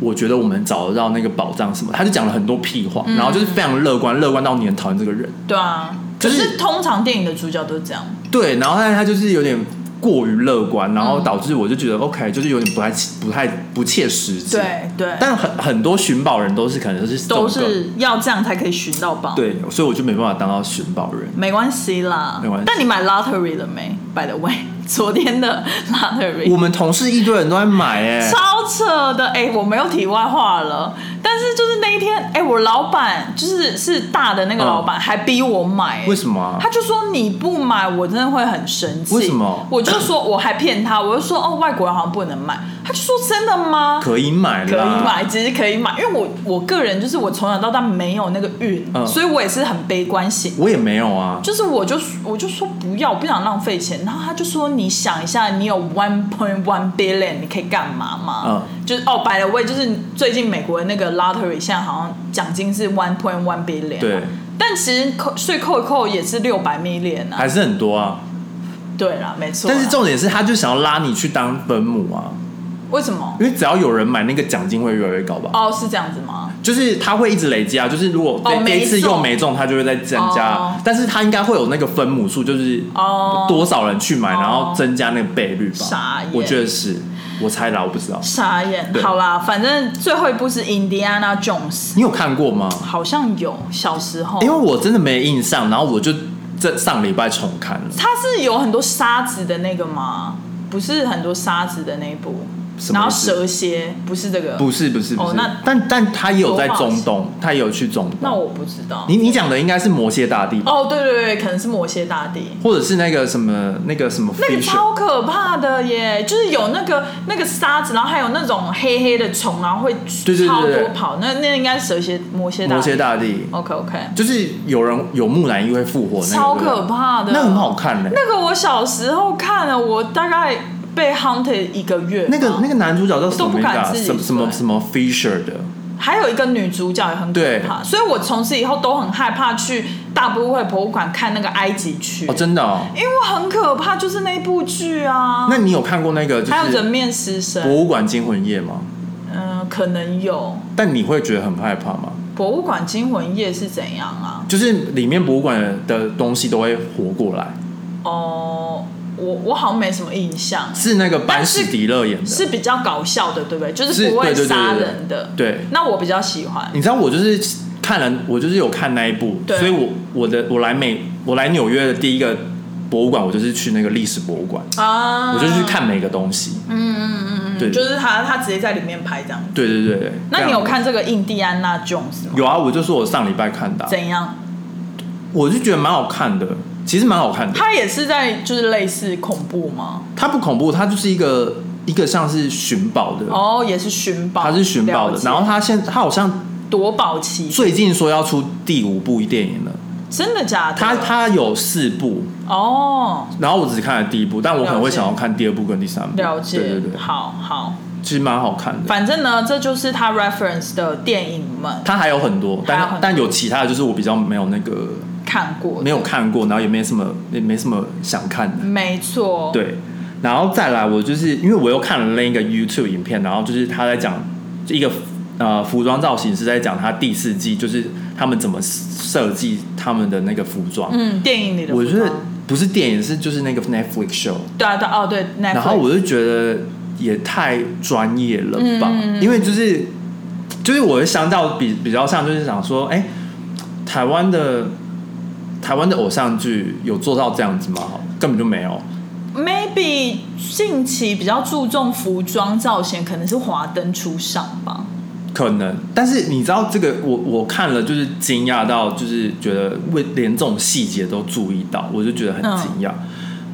Speaker 1: 我觉得我们找得到那个宝藏什么，他就讲了很多屁话，
Speaker 2: 嗯
Speaker 1: 然后就是非常乐观，乐观到你很讨厌这个人。
Speaker 2: 对啊，
Speaker 1: 就
Speaker 2: 可
Speaker 1: 是
Speaker 2: 是通常电影的主角都这样，
Speaker 1: 对，然后但是他就是有点过于乐观，然
Speaker 2: 嗯
Speaker 1: 后导致我就觉得、OK，就是有点不太不太不切实际。
Speaker 2: 对对，
Speaker 1: 但很很多寻宝人都是可能是这种
Speaker 2: 都
Speaker 1: 个
Speaker 2: 是要这样才可以寻到宝，，
Speaker 1: 对，所以我就没办法当到寻宝人。
Speaker 2: 没关系啦，
Speaker 1: 没关系
Speaker 2: 但你买 lottery 了没？By the way，昨 [laughs] 天
Speaker 1: [laughs]
Speaker 2: 的 lottery
Speaker 1: 我们同事一堆人都在买哎、
Speaker 2: 超扯的，哎、我没有题外话了，但是就是那一天，哎、我老板就是是大的那个老板、还逼我买、
Speaker 1: 嗯为什么啊
Speaker 2: 他就说你不买，我真的会很生气。
Speaker 1: 为什么 [laughs]
Speaker 2: 我就说我还骗他，我就说哦，外国人好像不能买。他就说真的吗？
Speaker 1: 可以买啦，
Speaker 2: 可以买，其实可以买，因为我我个人就是我从小到大没有那个运，
Speaker 1: 嗯
Speaker 2: 所以我也是很悲观型。
Speaker 1: 我也没有啊，
Speaker 2: 就是我就我就说不要，我不想浪费钱。然后他就说你想一下，你有 one point one billion，你可以干嘛吗？
Speaker 1: 嗯
Speaker 2: 就是哦，by the way，就是最近美国的那个 lottery 现在好像奖金是 one point one billion，啊
Speaker 1: 对，
Speaker 2: 但其实扣税扣一扣也是六百 million 啊。
Speaker 1: 还是很多啊。
Speaker 2: 对啦，没错啦。
Speaker 1: 但是重点是，他就想要拉你去当分母啊，
Speaker 2: 为什么？
Speaker 1: 因为只要有人买，那个奖金会越来越高吧。
Speaker 2: 哦，是这样子吗？
Speaker 1: 就是他会一直累积啊，就是如果
Speaker 2: 哦
Speaker 1: 这这一次
Speaker 2: 没中
Speaker 1: 又没中，他就会再增加，
Speaker 2: 哦
Speaker 1: 但是他应该会有那个分母数，就是
Speaker 2: 哦
Speaker 1: 多少人去买，
Speaker 2: 哦
Speaker 1: 然后增加那个倍率吧。
Speaker 2: 傻眼
Speaker 1: 我觉得是，我猜啦，我不知道。
Speaker 2: 傻眼。
Speaker 1: 对
Speaker 2: 好啦，反正最后一部是 Indiana Jones，
Speaker 1: 你有看过吗？
Speaker 2: 好像有小时候，
Speaker 1: 因为我真的没印象，然后我就这上礼拜重看了。
Speaker 2: 它是有很多沙子的那个吗？不是很多沙子的那一部，
Speaker 1: 什么意思
Speaker 2: 然后蛇蝎不是这个，
Speaker 1: 不是不是不
Speaker 2: 哦
Speaker 1: 是，
Speaker 2: 那
Speaker 1: 但但他也有在
Speaker 2: 多
Speaker 1: 中
Speaker 2: 少
Speaker 1: 东，他也有去中
Speaker 2: 那
Speaker 1: 东。
Speaker 2: 我不知道。
Speaker 1: 你你讲的应该是摩羯大帝吧，
Speaker 2: 哦，对对对，可能是摩羯大帝。
Speaker 1: 或者是那个什么那个什么
Speaker 2: 那个
Speaker 1: Fisher，
Speaker 2: 超可怕的耶，就是有那个那个沙子，然后还有那种黑黑的虫，然后会
Speaker 1: 对对
Speaker 2: 超
Speaker 1: 对
Speaker 2: 多跑。那那应该是蛇蝎摩羯大
Speaker 1: 摩
Speaker 2: 帝。
Speaker 1: 羯大帝，
Speaker 2: OK OK，
Speaker 1: 就是有人有木乃伊会复活，那个
Speaker 2: 超
Speaker 1: 对不对
Speaker 2: 可怕
Speaker 1: 啊
Speaker 2: 的
Speaker 1: 那很好看嘞、
Speaker 2: 那个我小时候看了，我大概被 hunted 一个月吧。
Speaker 1: 那个那个男主角叫什么名字
Speaker 2: 哦我都不
Speaker 1: 啊？
Speaker 2: 敢自己
Speaker 1: 什么什么
Speaker 2: 对
Speaker 1: 什么 Fisher 的？
Speaker 2: 还有一个女主角也很可怕，所以我从此以后都很害怕去大都会博物馆看那个埃及区，
Speaker 1: 哦，真的哦。
Speaker 2: 因为很可怕，就是那一部剧啊。
Speaker 1: 那你有看过那个就
Speaker 2: 还有人
Speaker 1: 是
Speaker 2: 面狮
Speaker 1: 博
Speaker 2: 身，
Speaker 1: 物馆惊魂夜吗？
Speaker 2: 嗯、可能有
Speaker 1: 但你会觉得很害怕吗？
Speaker 2: 博物馆惊魂夜是怎样啊？
Speaker 1: 就是里面博物馆的东西都会活过来，
Speaker 2: 哦、我我好像没什么印象，
Speaker 1: 是那个班士迪勒演的。
Speaker 2: 是比较搞笑的，对不对？就是
Speaker 1: 是
Speaker 2: 不会
Speaker 1: 对对对
Speaker 2: 杀
Speaker 1: 对对
Speaker 2: 人的。
Speaker 1: 对，
Speaker 2: 那我比较喜欢。
Speaker 1: 你知道我就是看了，我就是有看那一部，
Speaker 2: 对
Speaker 1: 所以我我的我来美我来纽约的第一个博物馆，我就是去那个历史博物馆，
Speaker 2: 啊，
Speaker 1: 我就去看每个东西。
Speaker 2: 嗯，嗯嗯嗯
Speaker 1: 对
Speaker 2: 嗯，就是他他直接在里面拍这样。
Speaker 1: 对对对对。
Speaker 2: 那你
Speaker 1: 这样
Speaker 2: 有看这个印第安纳 Jones 吗？
Speaker 1: 有啊，我就说我上礼拜看的啊、
Speaker 2: 怎样？
Speaker 1: 我就觉得蛮好看的，其实蛮好看的。
Speaker 2: 他也是在就是类似恐怖吗？
Speaker 1: 它不恐怖，它就是一个一个像是寻宝的，
Speaker 2: 哦，也是寻宝，
Speaker 1: 它是寻宝
Speaker 2: 了
Speaker 1: 的。
Speaker 2: 解
Speaker 1: 然后它现它好像
Speaker 2: 夺宝奇
Speaker 1: 最近说要出第五部电影了，
Speaker 2: 真的假的？
Speaker 1: 它它有四部，
Speaker 2: 哦，
Speaker 1: 然后我只看了第一部，但我可能会
Speaker 2: 了解
Speaker 1: 想要看第二部跟第三部。
Speaker 2: 了解，
Speaker 1: 对对对，
Speaker 2: 好好，
Speaker 1: 其实蛮好看的。
Speaker 2: 反正呢，这就是他 reference 的电影们
Speaker 1: 它还有很多，
Speaker 2: 还有
Speaker 1: 但
Speaker 2: 很多
Speaker 1: 但有其他的就是我比较没有那个
Speaker 2: 看过的，
Speaker 1: 没有看过，然后也没什么也没什么想看的。
Speaker 2: 没错，，
Speaker 1: 对，然后再来，我就是因为我又看了那个 YouTube 影片，然后就是他在讲一个呃服装造型师在讲他第四季，就是他们怎么设计他们的那个服装。
Speaker 2: 嗯，电影里的
Speaker 1: 我觉
Speaker 2: 服
Speaker 1: 得
Speaker 2: 装
Speaker 1: 不是电影，是就是那个 Netflix show，
Speaker 2: 对啊，对啊哦对，
Speaker 1: 然后我就觉得也太专业了吧，
Speaker 2: 嗯
Speaker 1: 因为就是就是我相较比比较像就是想说，哎、台湾的台湾的偶像剧有做到这样子吗？根本就没有。
Speaker 2: maybe 近期比较注重服装造型，可能是华灯初上吧。
Speaker 1: 可能，但是你知道这个，我我看了就是惊讶到，就是觉得为连这种细节都注意到，我就觉得
Speaker 2: 嗯
Speaker 1: 很惊讶。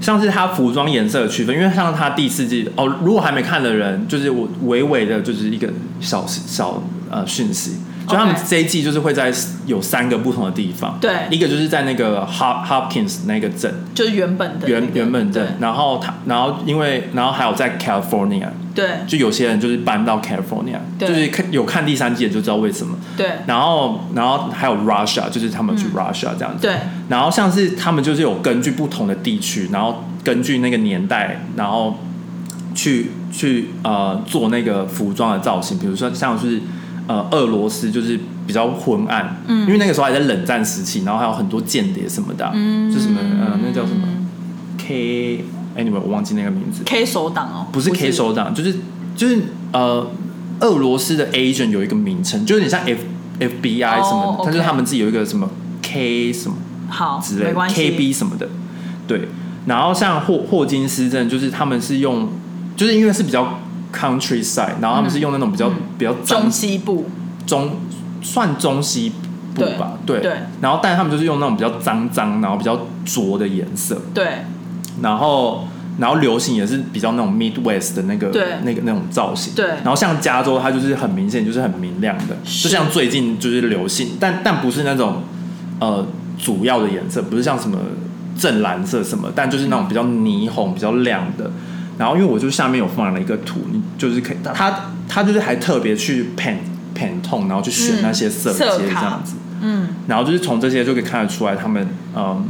Speaker 1: 像是它服装颜色的区分，因为像它第四季哦，如果还没看的人，就是我微微的就是一个小小呃讯息，就他们
Speaker 2: OK
Speaker 1: 这一季就是会在有三个不同的地方，
Speaker 2: 对
Speaker 1: 一个就是在那个 Hop Hopkins 那个镇
Speaker 2: 就是原本的那个、
Speaker 1: 原原本镇
Speaker 2: 对，
Speaker 1: 然后他然后因为然后还有在 California，
Speaker 2: 对
Speaker 1: 就有些人就是搬到 California，
Speaker 2: 对
Speaker 1: 就是看有看第三季的就知道为什么。
Speaker 2: 对
Speaker 1: 然后，然后还有 Russia，就是他们去 Russia 这样子。
Speaker 2: 嗯对
Speaker 1: 然后像是他们就是有根据不同的地区，然后根据那个年代，然后去去呃做那个服装的造型，比如说像是呃俄罗斯就是比较昏暗，嗯，因为那个时候还在冷战时期，然后还有很多间谍什么的啊，
Speaker 2: 嗯
Speaker 1: 就什么呃那叫什么 K anyway 我忘记那个名字，
Speaker 2: K 手党哦，
Speaker 1: 不是 K 手党，就是就是呃，俄罗斯的 agent 有一个名称，就有点像 F FBI
Speaker 2: 哦
Speaker 1: 什么的，
Speaker 2: OK
Speaker 1: 但是他们自己有一个什么 K 什么
Speaker 2: 好，
Speaker 1: 之类
Speaker 2: 没
Speaker 1: 的
Speaker 2: 关系。
Speaker 1: ，KB 什么的，对。然后像霍霍金斯镇，就是他们是用，就是因为是比较 countryside，然后他们是用那种比较、比较脏
Speaker 2: 嗯中西部
Speaker 1: 中算中西部吧，对。
Speaker 2: 对
Speaker 1: 然后但他们就是用那种比较脏脏，然后比较浊的颜色，
Speaker 2: 对
Speaker 1: 然后然后流行也是比较那种 Midwest 的那个
Speaker 2: 对
Speaker 1: 那个那种造型。
Speaker 2: 对
Speaker 1: 然后像加州，它就是很明显，就是很明亮的，
Speaker 2: 是
Speaker 1: 就像最近就是流行，但但不是那种呃主要的颜色，不是像什么正蓝色什么，但就是那种比较霓虹、比较亮的。然后因为我就下面有放了一个图，你就是可以，它它就是还特别去 paint paint tone，然后去选那些色阶
Speaker 2: 色
Speaker 1: 这
Speaker 2: 卡
Speaker 1: 样子。
Speaker 2: 嗯，
Speaker 1: 然后就是从这些就可以看得出来，他们嗯，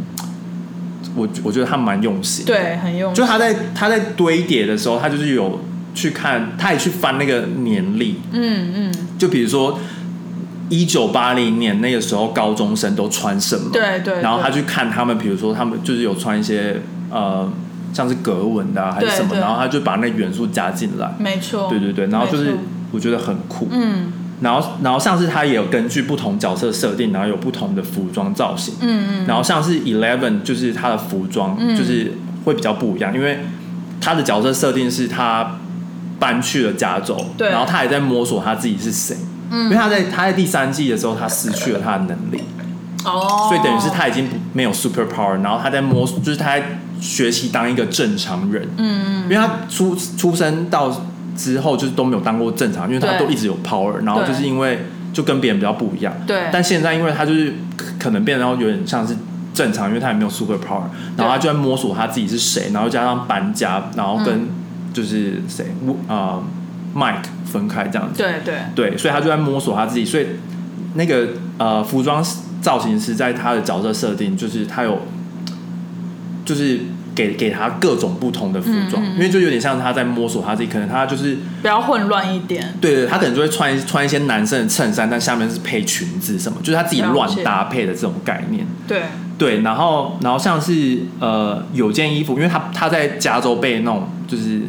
Speaker 1: 我我觉得他们蛮用心的。
Speaker 2: 对，很用
Speaker 1: 就他在他在堆叠的时候，他就是有去看，他也去翻那个年历，
Speaker 2: 嗯嗯，
Speaker 1: 就比如说一九八零年那个时候高中生都穿什么，
Speaker 2: 对对
Speaker 1: 然后
Speaker 2: 对
Speaker 1: 他去看他们，比如说他们就是有穿一些呃像是格纹的、啊、还是
Speaker 2: 对
Speaker 1: 什么，
Speaker 2: 对
Speaker 1: 然后他就把那元素加进来，
Speaker 2: 没错，
Speaker 1: 对对对，然后就
Speaker 2: 没
Speaker 1: 是
Speaker 2: 错
Speaker 1: 我觉得很酷，
Speaker 2: 嗯
Speaker 1: 然后然后像是他也有根据不同角色设定，然后有不同的服装造型，
Speaker 2: 嗯嗯，
Speaker 1: 然后像是 Eleven，就是他的服装
Speaker 2: 嗯
Speaker 1: 就是会比较不一样，因为他的角色设定是他搬去了加州，
Speaker 2: 对嗯
Speaker 1: 然后他也在摸索他自己是谁，因为他在他在第三季的时候他失去了他的能力，
Speaker 2: 哦，
Speaker 1: 所以等于是他已经不没有 super power，然后他在摸索，就是他在学习当一个正常人，
Speaker 2: 嗯，嗯
Speaker 1: 因为他出出生到之后就是都没有当过正常，因为他都
Speaker 2: 对
Speaker 1: 一直有 power，然后就是因为就跟别人比较不一样。
Speaker 2: 对
Speaker 1: 但现在因为他就是可可能变得有点像是正常，因为他也没有 super power，然后他就在摸索他自己是谁，然后加上搬家，然后跟就是谁啊、呃、Mike 分开这样子。
Speaker 2: 对对，
Speaker 1: 对，所以他就在摸索他自己，所以那个呃服装造型师在他的角色设定，就是他有就是给给他各种不同的服装，
Speaker 2: 嗯嗯嗯
Speaker 1: 因为就有点像他在摸索他自己，可能他就是
Speaker 2: 不要混乱一点，
Speaker 1: 对对，他可能就会穿一穿一些男生的衬衫，但下面是配裙子什么，就是他自己
Speaker 2: 了解
Speaker 1: 乱搭配的这种概念。
Speaker 2: 对，
Speaker 1: 对，然后然后像是呃有件衣服，因为他他在加州被那种就是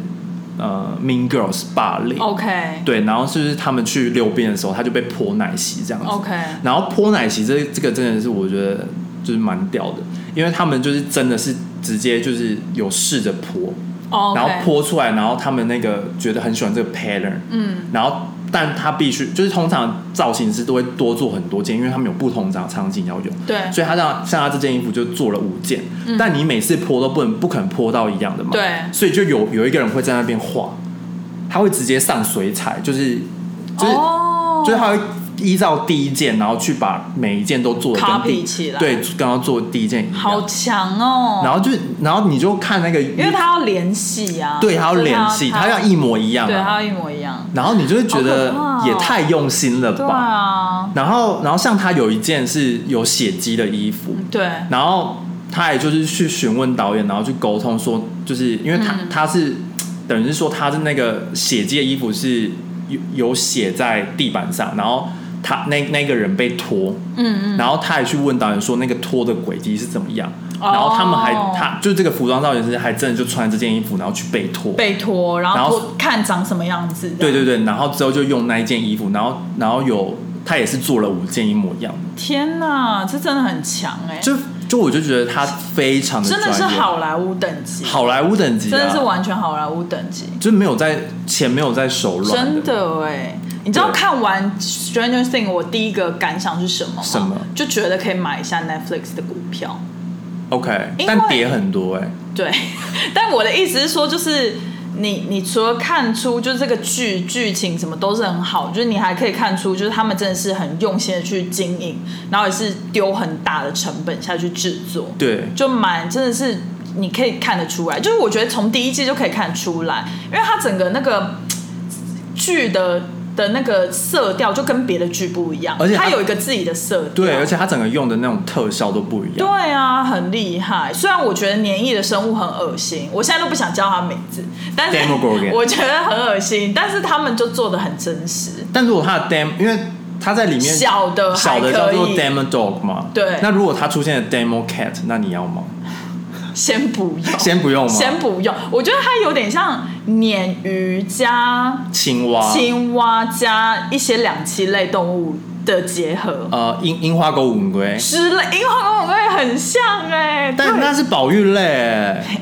Speaker 1: 呃 Mean Girls 霸凌。
Speaker 2: OK
Speaker 1: 对，然后就是他们去溜冰的时候，他就被泼奶昔这样子。
Speaker 2: OK，
Speaker 1: 然后泼奶昔这这个真的是我觉得就是蛮屌的，因为他们就是真的是直接就是有试着泼
Speaker 2: 哦，
Speaker 1: 然后，泼出来，然后他们那个觉得很喜欢这个 pattern，
Speaker 2: 嗯，
Speaker 1: 然后但他必须就是通常造型师都会多做很多件，因为他们有不同场场景要用。
Speaker 2: 对
Speaker 1: 所以他让像他这件衣服就做了五件，但你每次泼都不能不肯泼到一样的嘛，
Speaker 2: 嗯对
Speaker 1: 所以就有有一个人会在那边画，他会直接上水彩，就是就是、
Speaker 2: 哦，
Speaker 1: 就是他会依照第一件，然后去把每一件都做的跟第
Speaker 2: Copy 起来
Speaker 1: 对，刚刚做第一件一样，
Speaker 2: 好强哦，
Speaker 1: 然后就然后你就看那个，
Speaker 2: 因为他要联系啊，
Speaker 1: 对他要
Speaker 2: 就是
Speaker 1: 联系，
Speaker 2: 他
Speaker 1: 他要一模一样、
Speaker 2: 对他
Speaker 1: 啊，
Speaker 2: 要一模一样，
Speaker 1: 然后你就会觉得
Speaker 2: 好可怕哦
Speaker 1: 也太用心了
Speaker 2: 对
Speaker 1: 吧，
Speaker 2: 啊，
Speaker 1: 然后然后像他有一件是有血迹的衣服，
Speaker 2: 对，
Speaker 1: 然后他也就是去询问导演，然后去沟通说，就是因为他、
Speaker 2: 嗯
Speaker 1: 他是等于是说他的那个血迹的衣服是有有血在地板上，然后他那那个人被拖，
Speaker 2: 嗯嗯，
Speaker 1: 然后他也去问导演说那个拖的轨迹是怎么样，
Speaker 2: 哦
Speaker 1: 然后他们还他就这个服装造型师还真的就穿这件衣服然后去被拖。
Speaker 2: 被拖，然
Speaker 1: 然
Speaker 2: 后
Speaker 1: 后
Speaker 2: 拖看长什么样子，
Speaker 1: 对对对，然后之后就用那一件衣服，然后然后有他也是做了五件一模一样的，
Speaker 2: 天哪，这真的很强哎、
Speaker 1: 就就我就觉得他非常的
Speaker 2: 真的是
Speaker 1: 专业
Speaker 2: 好莱坞等级，
Speaker 1: 好莱坞等级、啊，
Speaker 2: 真的是完全好莱坞等级，
Speaker 1: 就没有在钱没有在手软，
Speaker 2: 真
Speaker 1: 的
Speaker 2: 的哎、你知道看完《Stranger Things》我第一个感想是什么吗？
Speaker 1: 什么
Speaker 2: 就觉得可以买一下 Netflix 的股票。
Speaker 1: OK，
Speaker 2: 因为
Speaker 1: 但跌很多哎、
Speaker 2: 对， [laughs] 但我的意思是说，就是你你除了看出就是这个剧剧情什么都是很好，就是你还可以看出，就是他们真的是很用心的去经营，然后也是丢很大的成本下去制作。
Speaker 1: 对
Speaker 2: 就蛮真的是你可以看得出来，就是我觉得从第一季就可以看出来，因为它整个那个嘖剧的的那个色调就跟别的剧不一样，
Speaker 1: 而且它
Speaker 2: 它有一个自己的色调，
Speaker 1: 对，而且它整个用的那种特效都不一样，
Speaker 2: 啊对啊，很厉害。虽然我觉得黏液的生物很恶心，我现在都不想叫它名字，但是
Speaker 1: Demogorgon
Speaker 2: 我觉得很恶心，但是他们就做的很真实，
Speaker 1: 但如果它的 demo，因为它在里面
Speaker 2: 小的还
Speaker 1: 小的叫
Speaker 2: 可
Speaker 1: 做
Speaker 2: 以，
Speaker 1: demo dog 嘛，
Speaker 2: 对
Speaker 1: 那如果它出现了 demo cat，那你要吗？
Speaker 2: 先不用，
Speaker 1: 先不用吗？
Speaker 2: 哦先不用，我觉得它有点像鲶鱼加
Speaker 1: 青蛙，
Speaker 2: 青蛙加一些两栖类动物的结合
Speaker 1: 呃，樱樱花狗五龟，
Speaker 2: 之类，因为花跟我会很像哎、
Speaker 1: 但那是保育类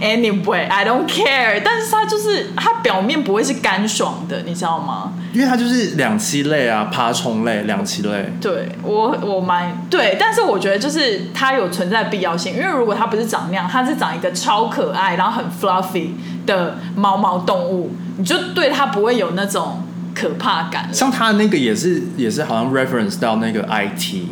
Speaker 1: 欸，
Speaker 2: Anyway，I don't care，但是它就是它表面不会是干爽的，你知道吗？
Speaker 1: 因为它就是两栖类啊，爬虫类、两栖类。
Speaker 2: 对我我蛮对，但是我觉得就是它有存在必要性，因为如果它不是长那样，它是长一个超可爱，然后很 fluffy 的毛毛动物，你就对它不会有那种可怕感了。
Speaker 1: 像它那个也是也是好像 reference 到那个 IT，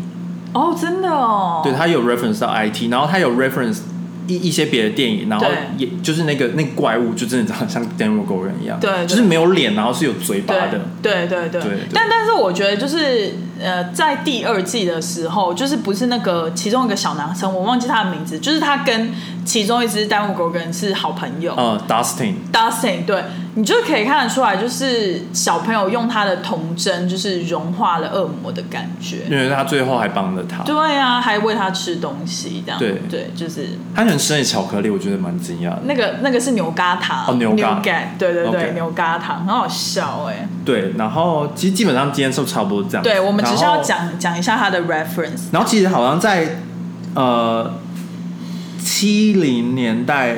Speaker 2: 哦，真的哦，
Speaker 1: 对，它有 reference 到 IT，然后它有 reference 一一些别的电影，然后
Speaker 2: 对
Speaker 1: 也就是那个那个怪物就真的长得像 Demo 狗人一样，
Speaker 2: 对对
Speaker 1: 就是没有脸，然后是有嘴巴的。
Speaker 2: 对对对
Speaker 1: 对对
Speaker 2: 但但是我觉得就是呃，在第二季的时候，就是不是那个其中一个小男生，我忘记他的名字，就是他跟其中一只丹木狗跟是好朋友。
Speaker 1: 呃，Dustin，
Speaker 2: Dustin，对你就可以看得出来，就是小朋友用他的童真，就是融化了恶魔的感觉。
Speaker 1: 因为他最后还帮了他，
Speaker 2: 对啊，还喂他吃东西，这样
Speaker 1: 对
Speaker 2: 对，就是
Speaker 1: 他很吃的巧克力，我觉得蛮惊讶的。
Speaker 2: 那个那个是牛轧糖，
Speaker 1: 哦牛轧
Speaker 2: 对对对
Speaker 1: OK
Speaker 2: 牛轧糖，很好笑哎、
Speaker 1: 对，然后其实基本上今天是差不多这样。
Speaker 2: 对，我们只是
Speaker 1: 然
Speaker 2: 要
Speaker 1: 后。
Speaker 2: 讲讲一下他的 reference。
Speaker 1: 然后其实好像在呃七零年代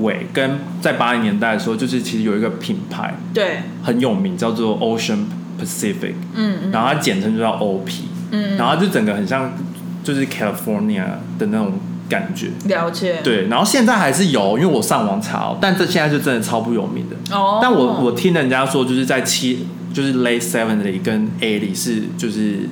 Speaker 1: 尾跟在八零年代的时候，就是其实有一个品牌
Speaker 2: 对，
Speaker 1: 很有名，叫做 Ocean Pacific，
Speaker 2: 嗯
Speaker 1: 然后它简称就叫 OP，
Speaker 2: 嗯
Speaker 1: 然后它就整个很像就是 California 的那种感觉。
Speaker 2: 嗯，了解。，
Speaker 1: 对，然后现在还是有，因为我上网查、哦，但这现在就真的超不有名的。
Speaker 2: 哦，
Speaker 1: 但我我听人家说，就是在七，就是 late seventy 跟 eighty 是就是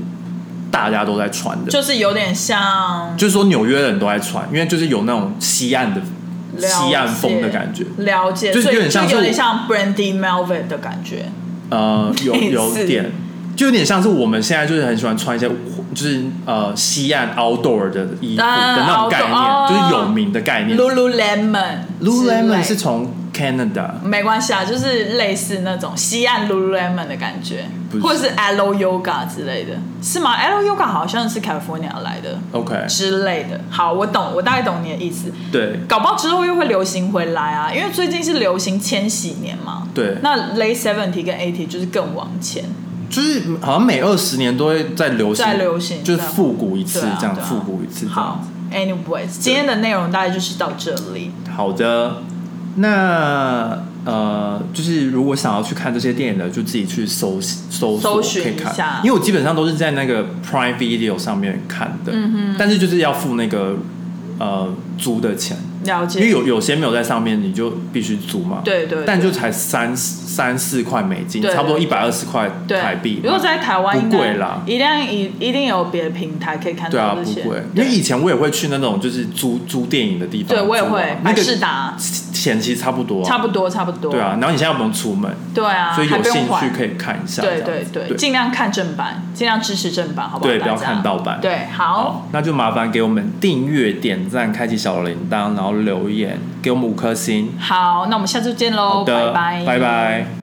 Speaker 1: 大家都在穿的，
Speaker 2: 就是有点像
Speaker 1: 就是说纽约人都在穿，因为就是有那种西岸的
Speaker 2: 了解
Speaker 1: 西岸风的感觉。
Speaker 2: 了解，
Speaker 1: 就是
Speaker 2: 所以
Speaker 1: 有点像是
Speaker 2: 就有
Speaker 1: 我
Speaker 2: 点像 Brandy Melvin 的感觉。
Speaker 1: 呃，有
Speaker 2: 类似
Speaker 1: 有点，就有点像是我们现在就是很喜欢穿一些就是呃西岸 outdoor 的衣服
Speaker 2: 啊
Speaker 1: 的那种概念，
Speaker 2: outdoor，哦
Speaker 1: 就是有名的概念。
Speaker 2: Lululemon 之类
Speaker 1: Lululemon 是从 Canada，
Speaker 2: 没关系啊，就是类似那种西岸 Lululemon 的感觉
Speaker 1: 不，是
Speaker 2: 或者是 Aloe Yoga 之类的，是吗？Aloe Yoga 好像是 California 来的
Speaker 1: OK，
Speaker 2: 之类的。好，我懂，我大概懂你的意思。
Speaker 1: 对
Speaker 2: 搞不好之后又会流行回来啊，因为最近是流行千禧年嘛。
Speaker 1: 对，
Speaker 2: 那 late seventy 跟 eighty 就是更往前，
Speaker 1: 就是好像每二十年都会在流行，
Speaker 2: 在流行
Speaker 1: 就是
Speaker 2: 这样
Speaker 1: 复古一次
Speaker 2: 对啊
Speaker 1: 这样，
Speaker 2: 对啊
Speaker 1: 复古一次这样
Speaker 2: 好。Anyways，今天的内容大概就是到这里。
Speaker 1: 好的，那呃，就是如果想要去看这些电影的，就自己去搜搜索
Speaker 2: 搜寻
Speaker 1: 可以看
Speaker 2: 一下
Speaker 1: 因为我基本上都是在那个 Prime Video 上面看的，嗯哼，但是就是要付那个呃租的钱，
Speaker 2: 了
Speaker 1: 因为
Speaker 2: 解，
Speaker 1: 有有些没有在上面，你就必须租嘛，
Speaker 2: 对对，
Speaker 1: 但
Speaker 2: 对
Speaker 1: 就才三三四块美金，
Speaker 2: 对
Speaker 1: 差不多一百二十块
Speaker 2: 对
Speaker 1: 台币，
Speaker 2: 如果在台湾应该
Speaker 1: 不贵啦
Speaker 2: 一定一一定有别的平台可以看
Speaker 1: 对啊，
Speaker 2: 到
Speaker 1: 不
Speaker 2: 这些。
Speaker 1: 贵。因
Speaker 2: 对
Speaker 1: 为以前我也会去那种就是租租电影的地方租啊，
Speaker 2: 对我也会，
Speaker 1: 那
Speaker 2: 百
Speaker 1: 个
Speaker 2: 事达
Speaker 1: 钱其实差不多、啊，
Speaker 2: 差不多差不多。
Speaker 1: 对啊，，然后你现在又不用出门，
Speaker 2: 对啊，
Speaker 1: 所以
Speaker 2: 还
Speaker 1: 有
Speaker 2: 不用
Speaker 1: 兴
Speaker 2: 还
Speaker 1: 趣可以看一下。
Speaker 2: 对
Speaker 1: 这样
Speaker 2: 对
Speaker 1: 子
Speaker 2: 对，尽量看正版，尽量支持正版，好不好？
Speaker 1: 对，
Speaker 2: 大
Speaker 1: 不
Speaker 2: 家
Speaker 1: 要看盗版。，
Speaker 2: 对，好，
Speaker 1: 好，那就麻烦给我们订阅、点赞、开启小铃铛，然后留言，给我们五颗星。
Speaker 2: 好，那我们下次见喽，
Speaker 1: 好的，
Speaker 2: 拜，
Speaker 1: 拜拜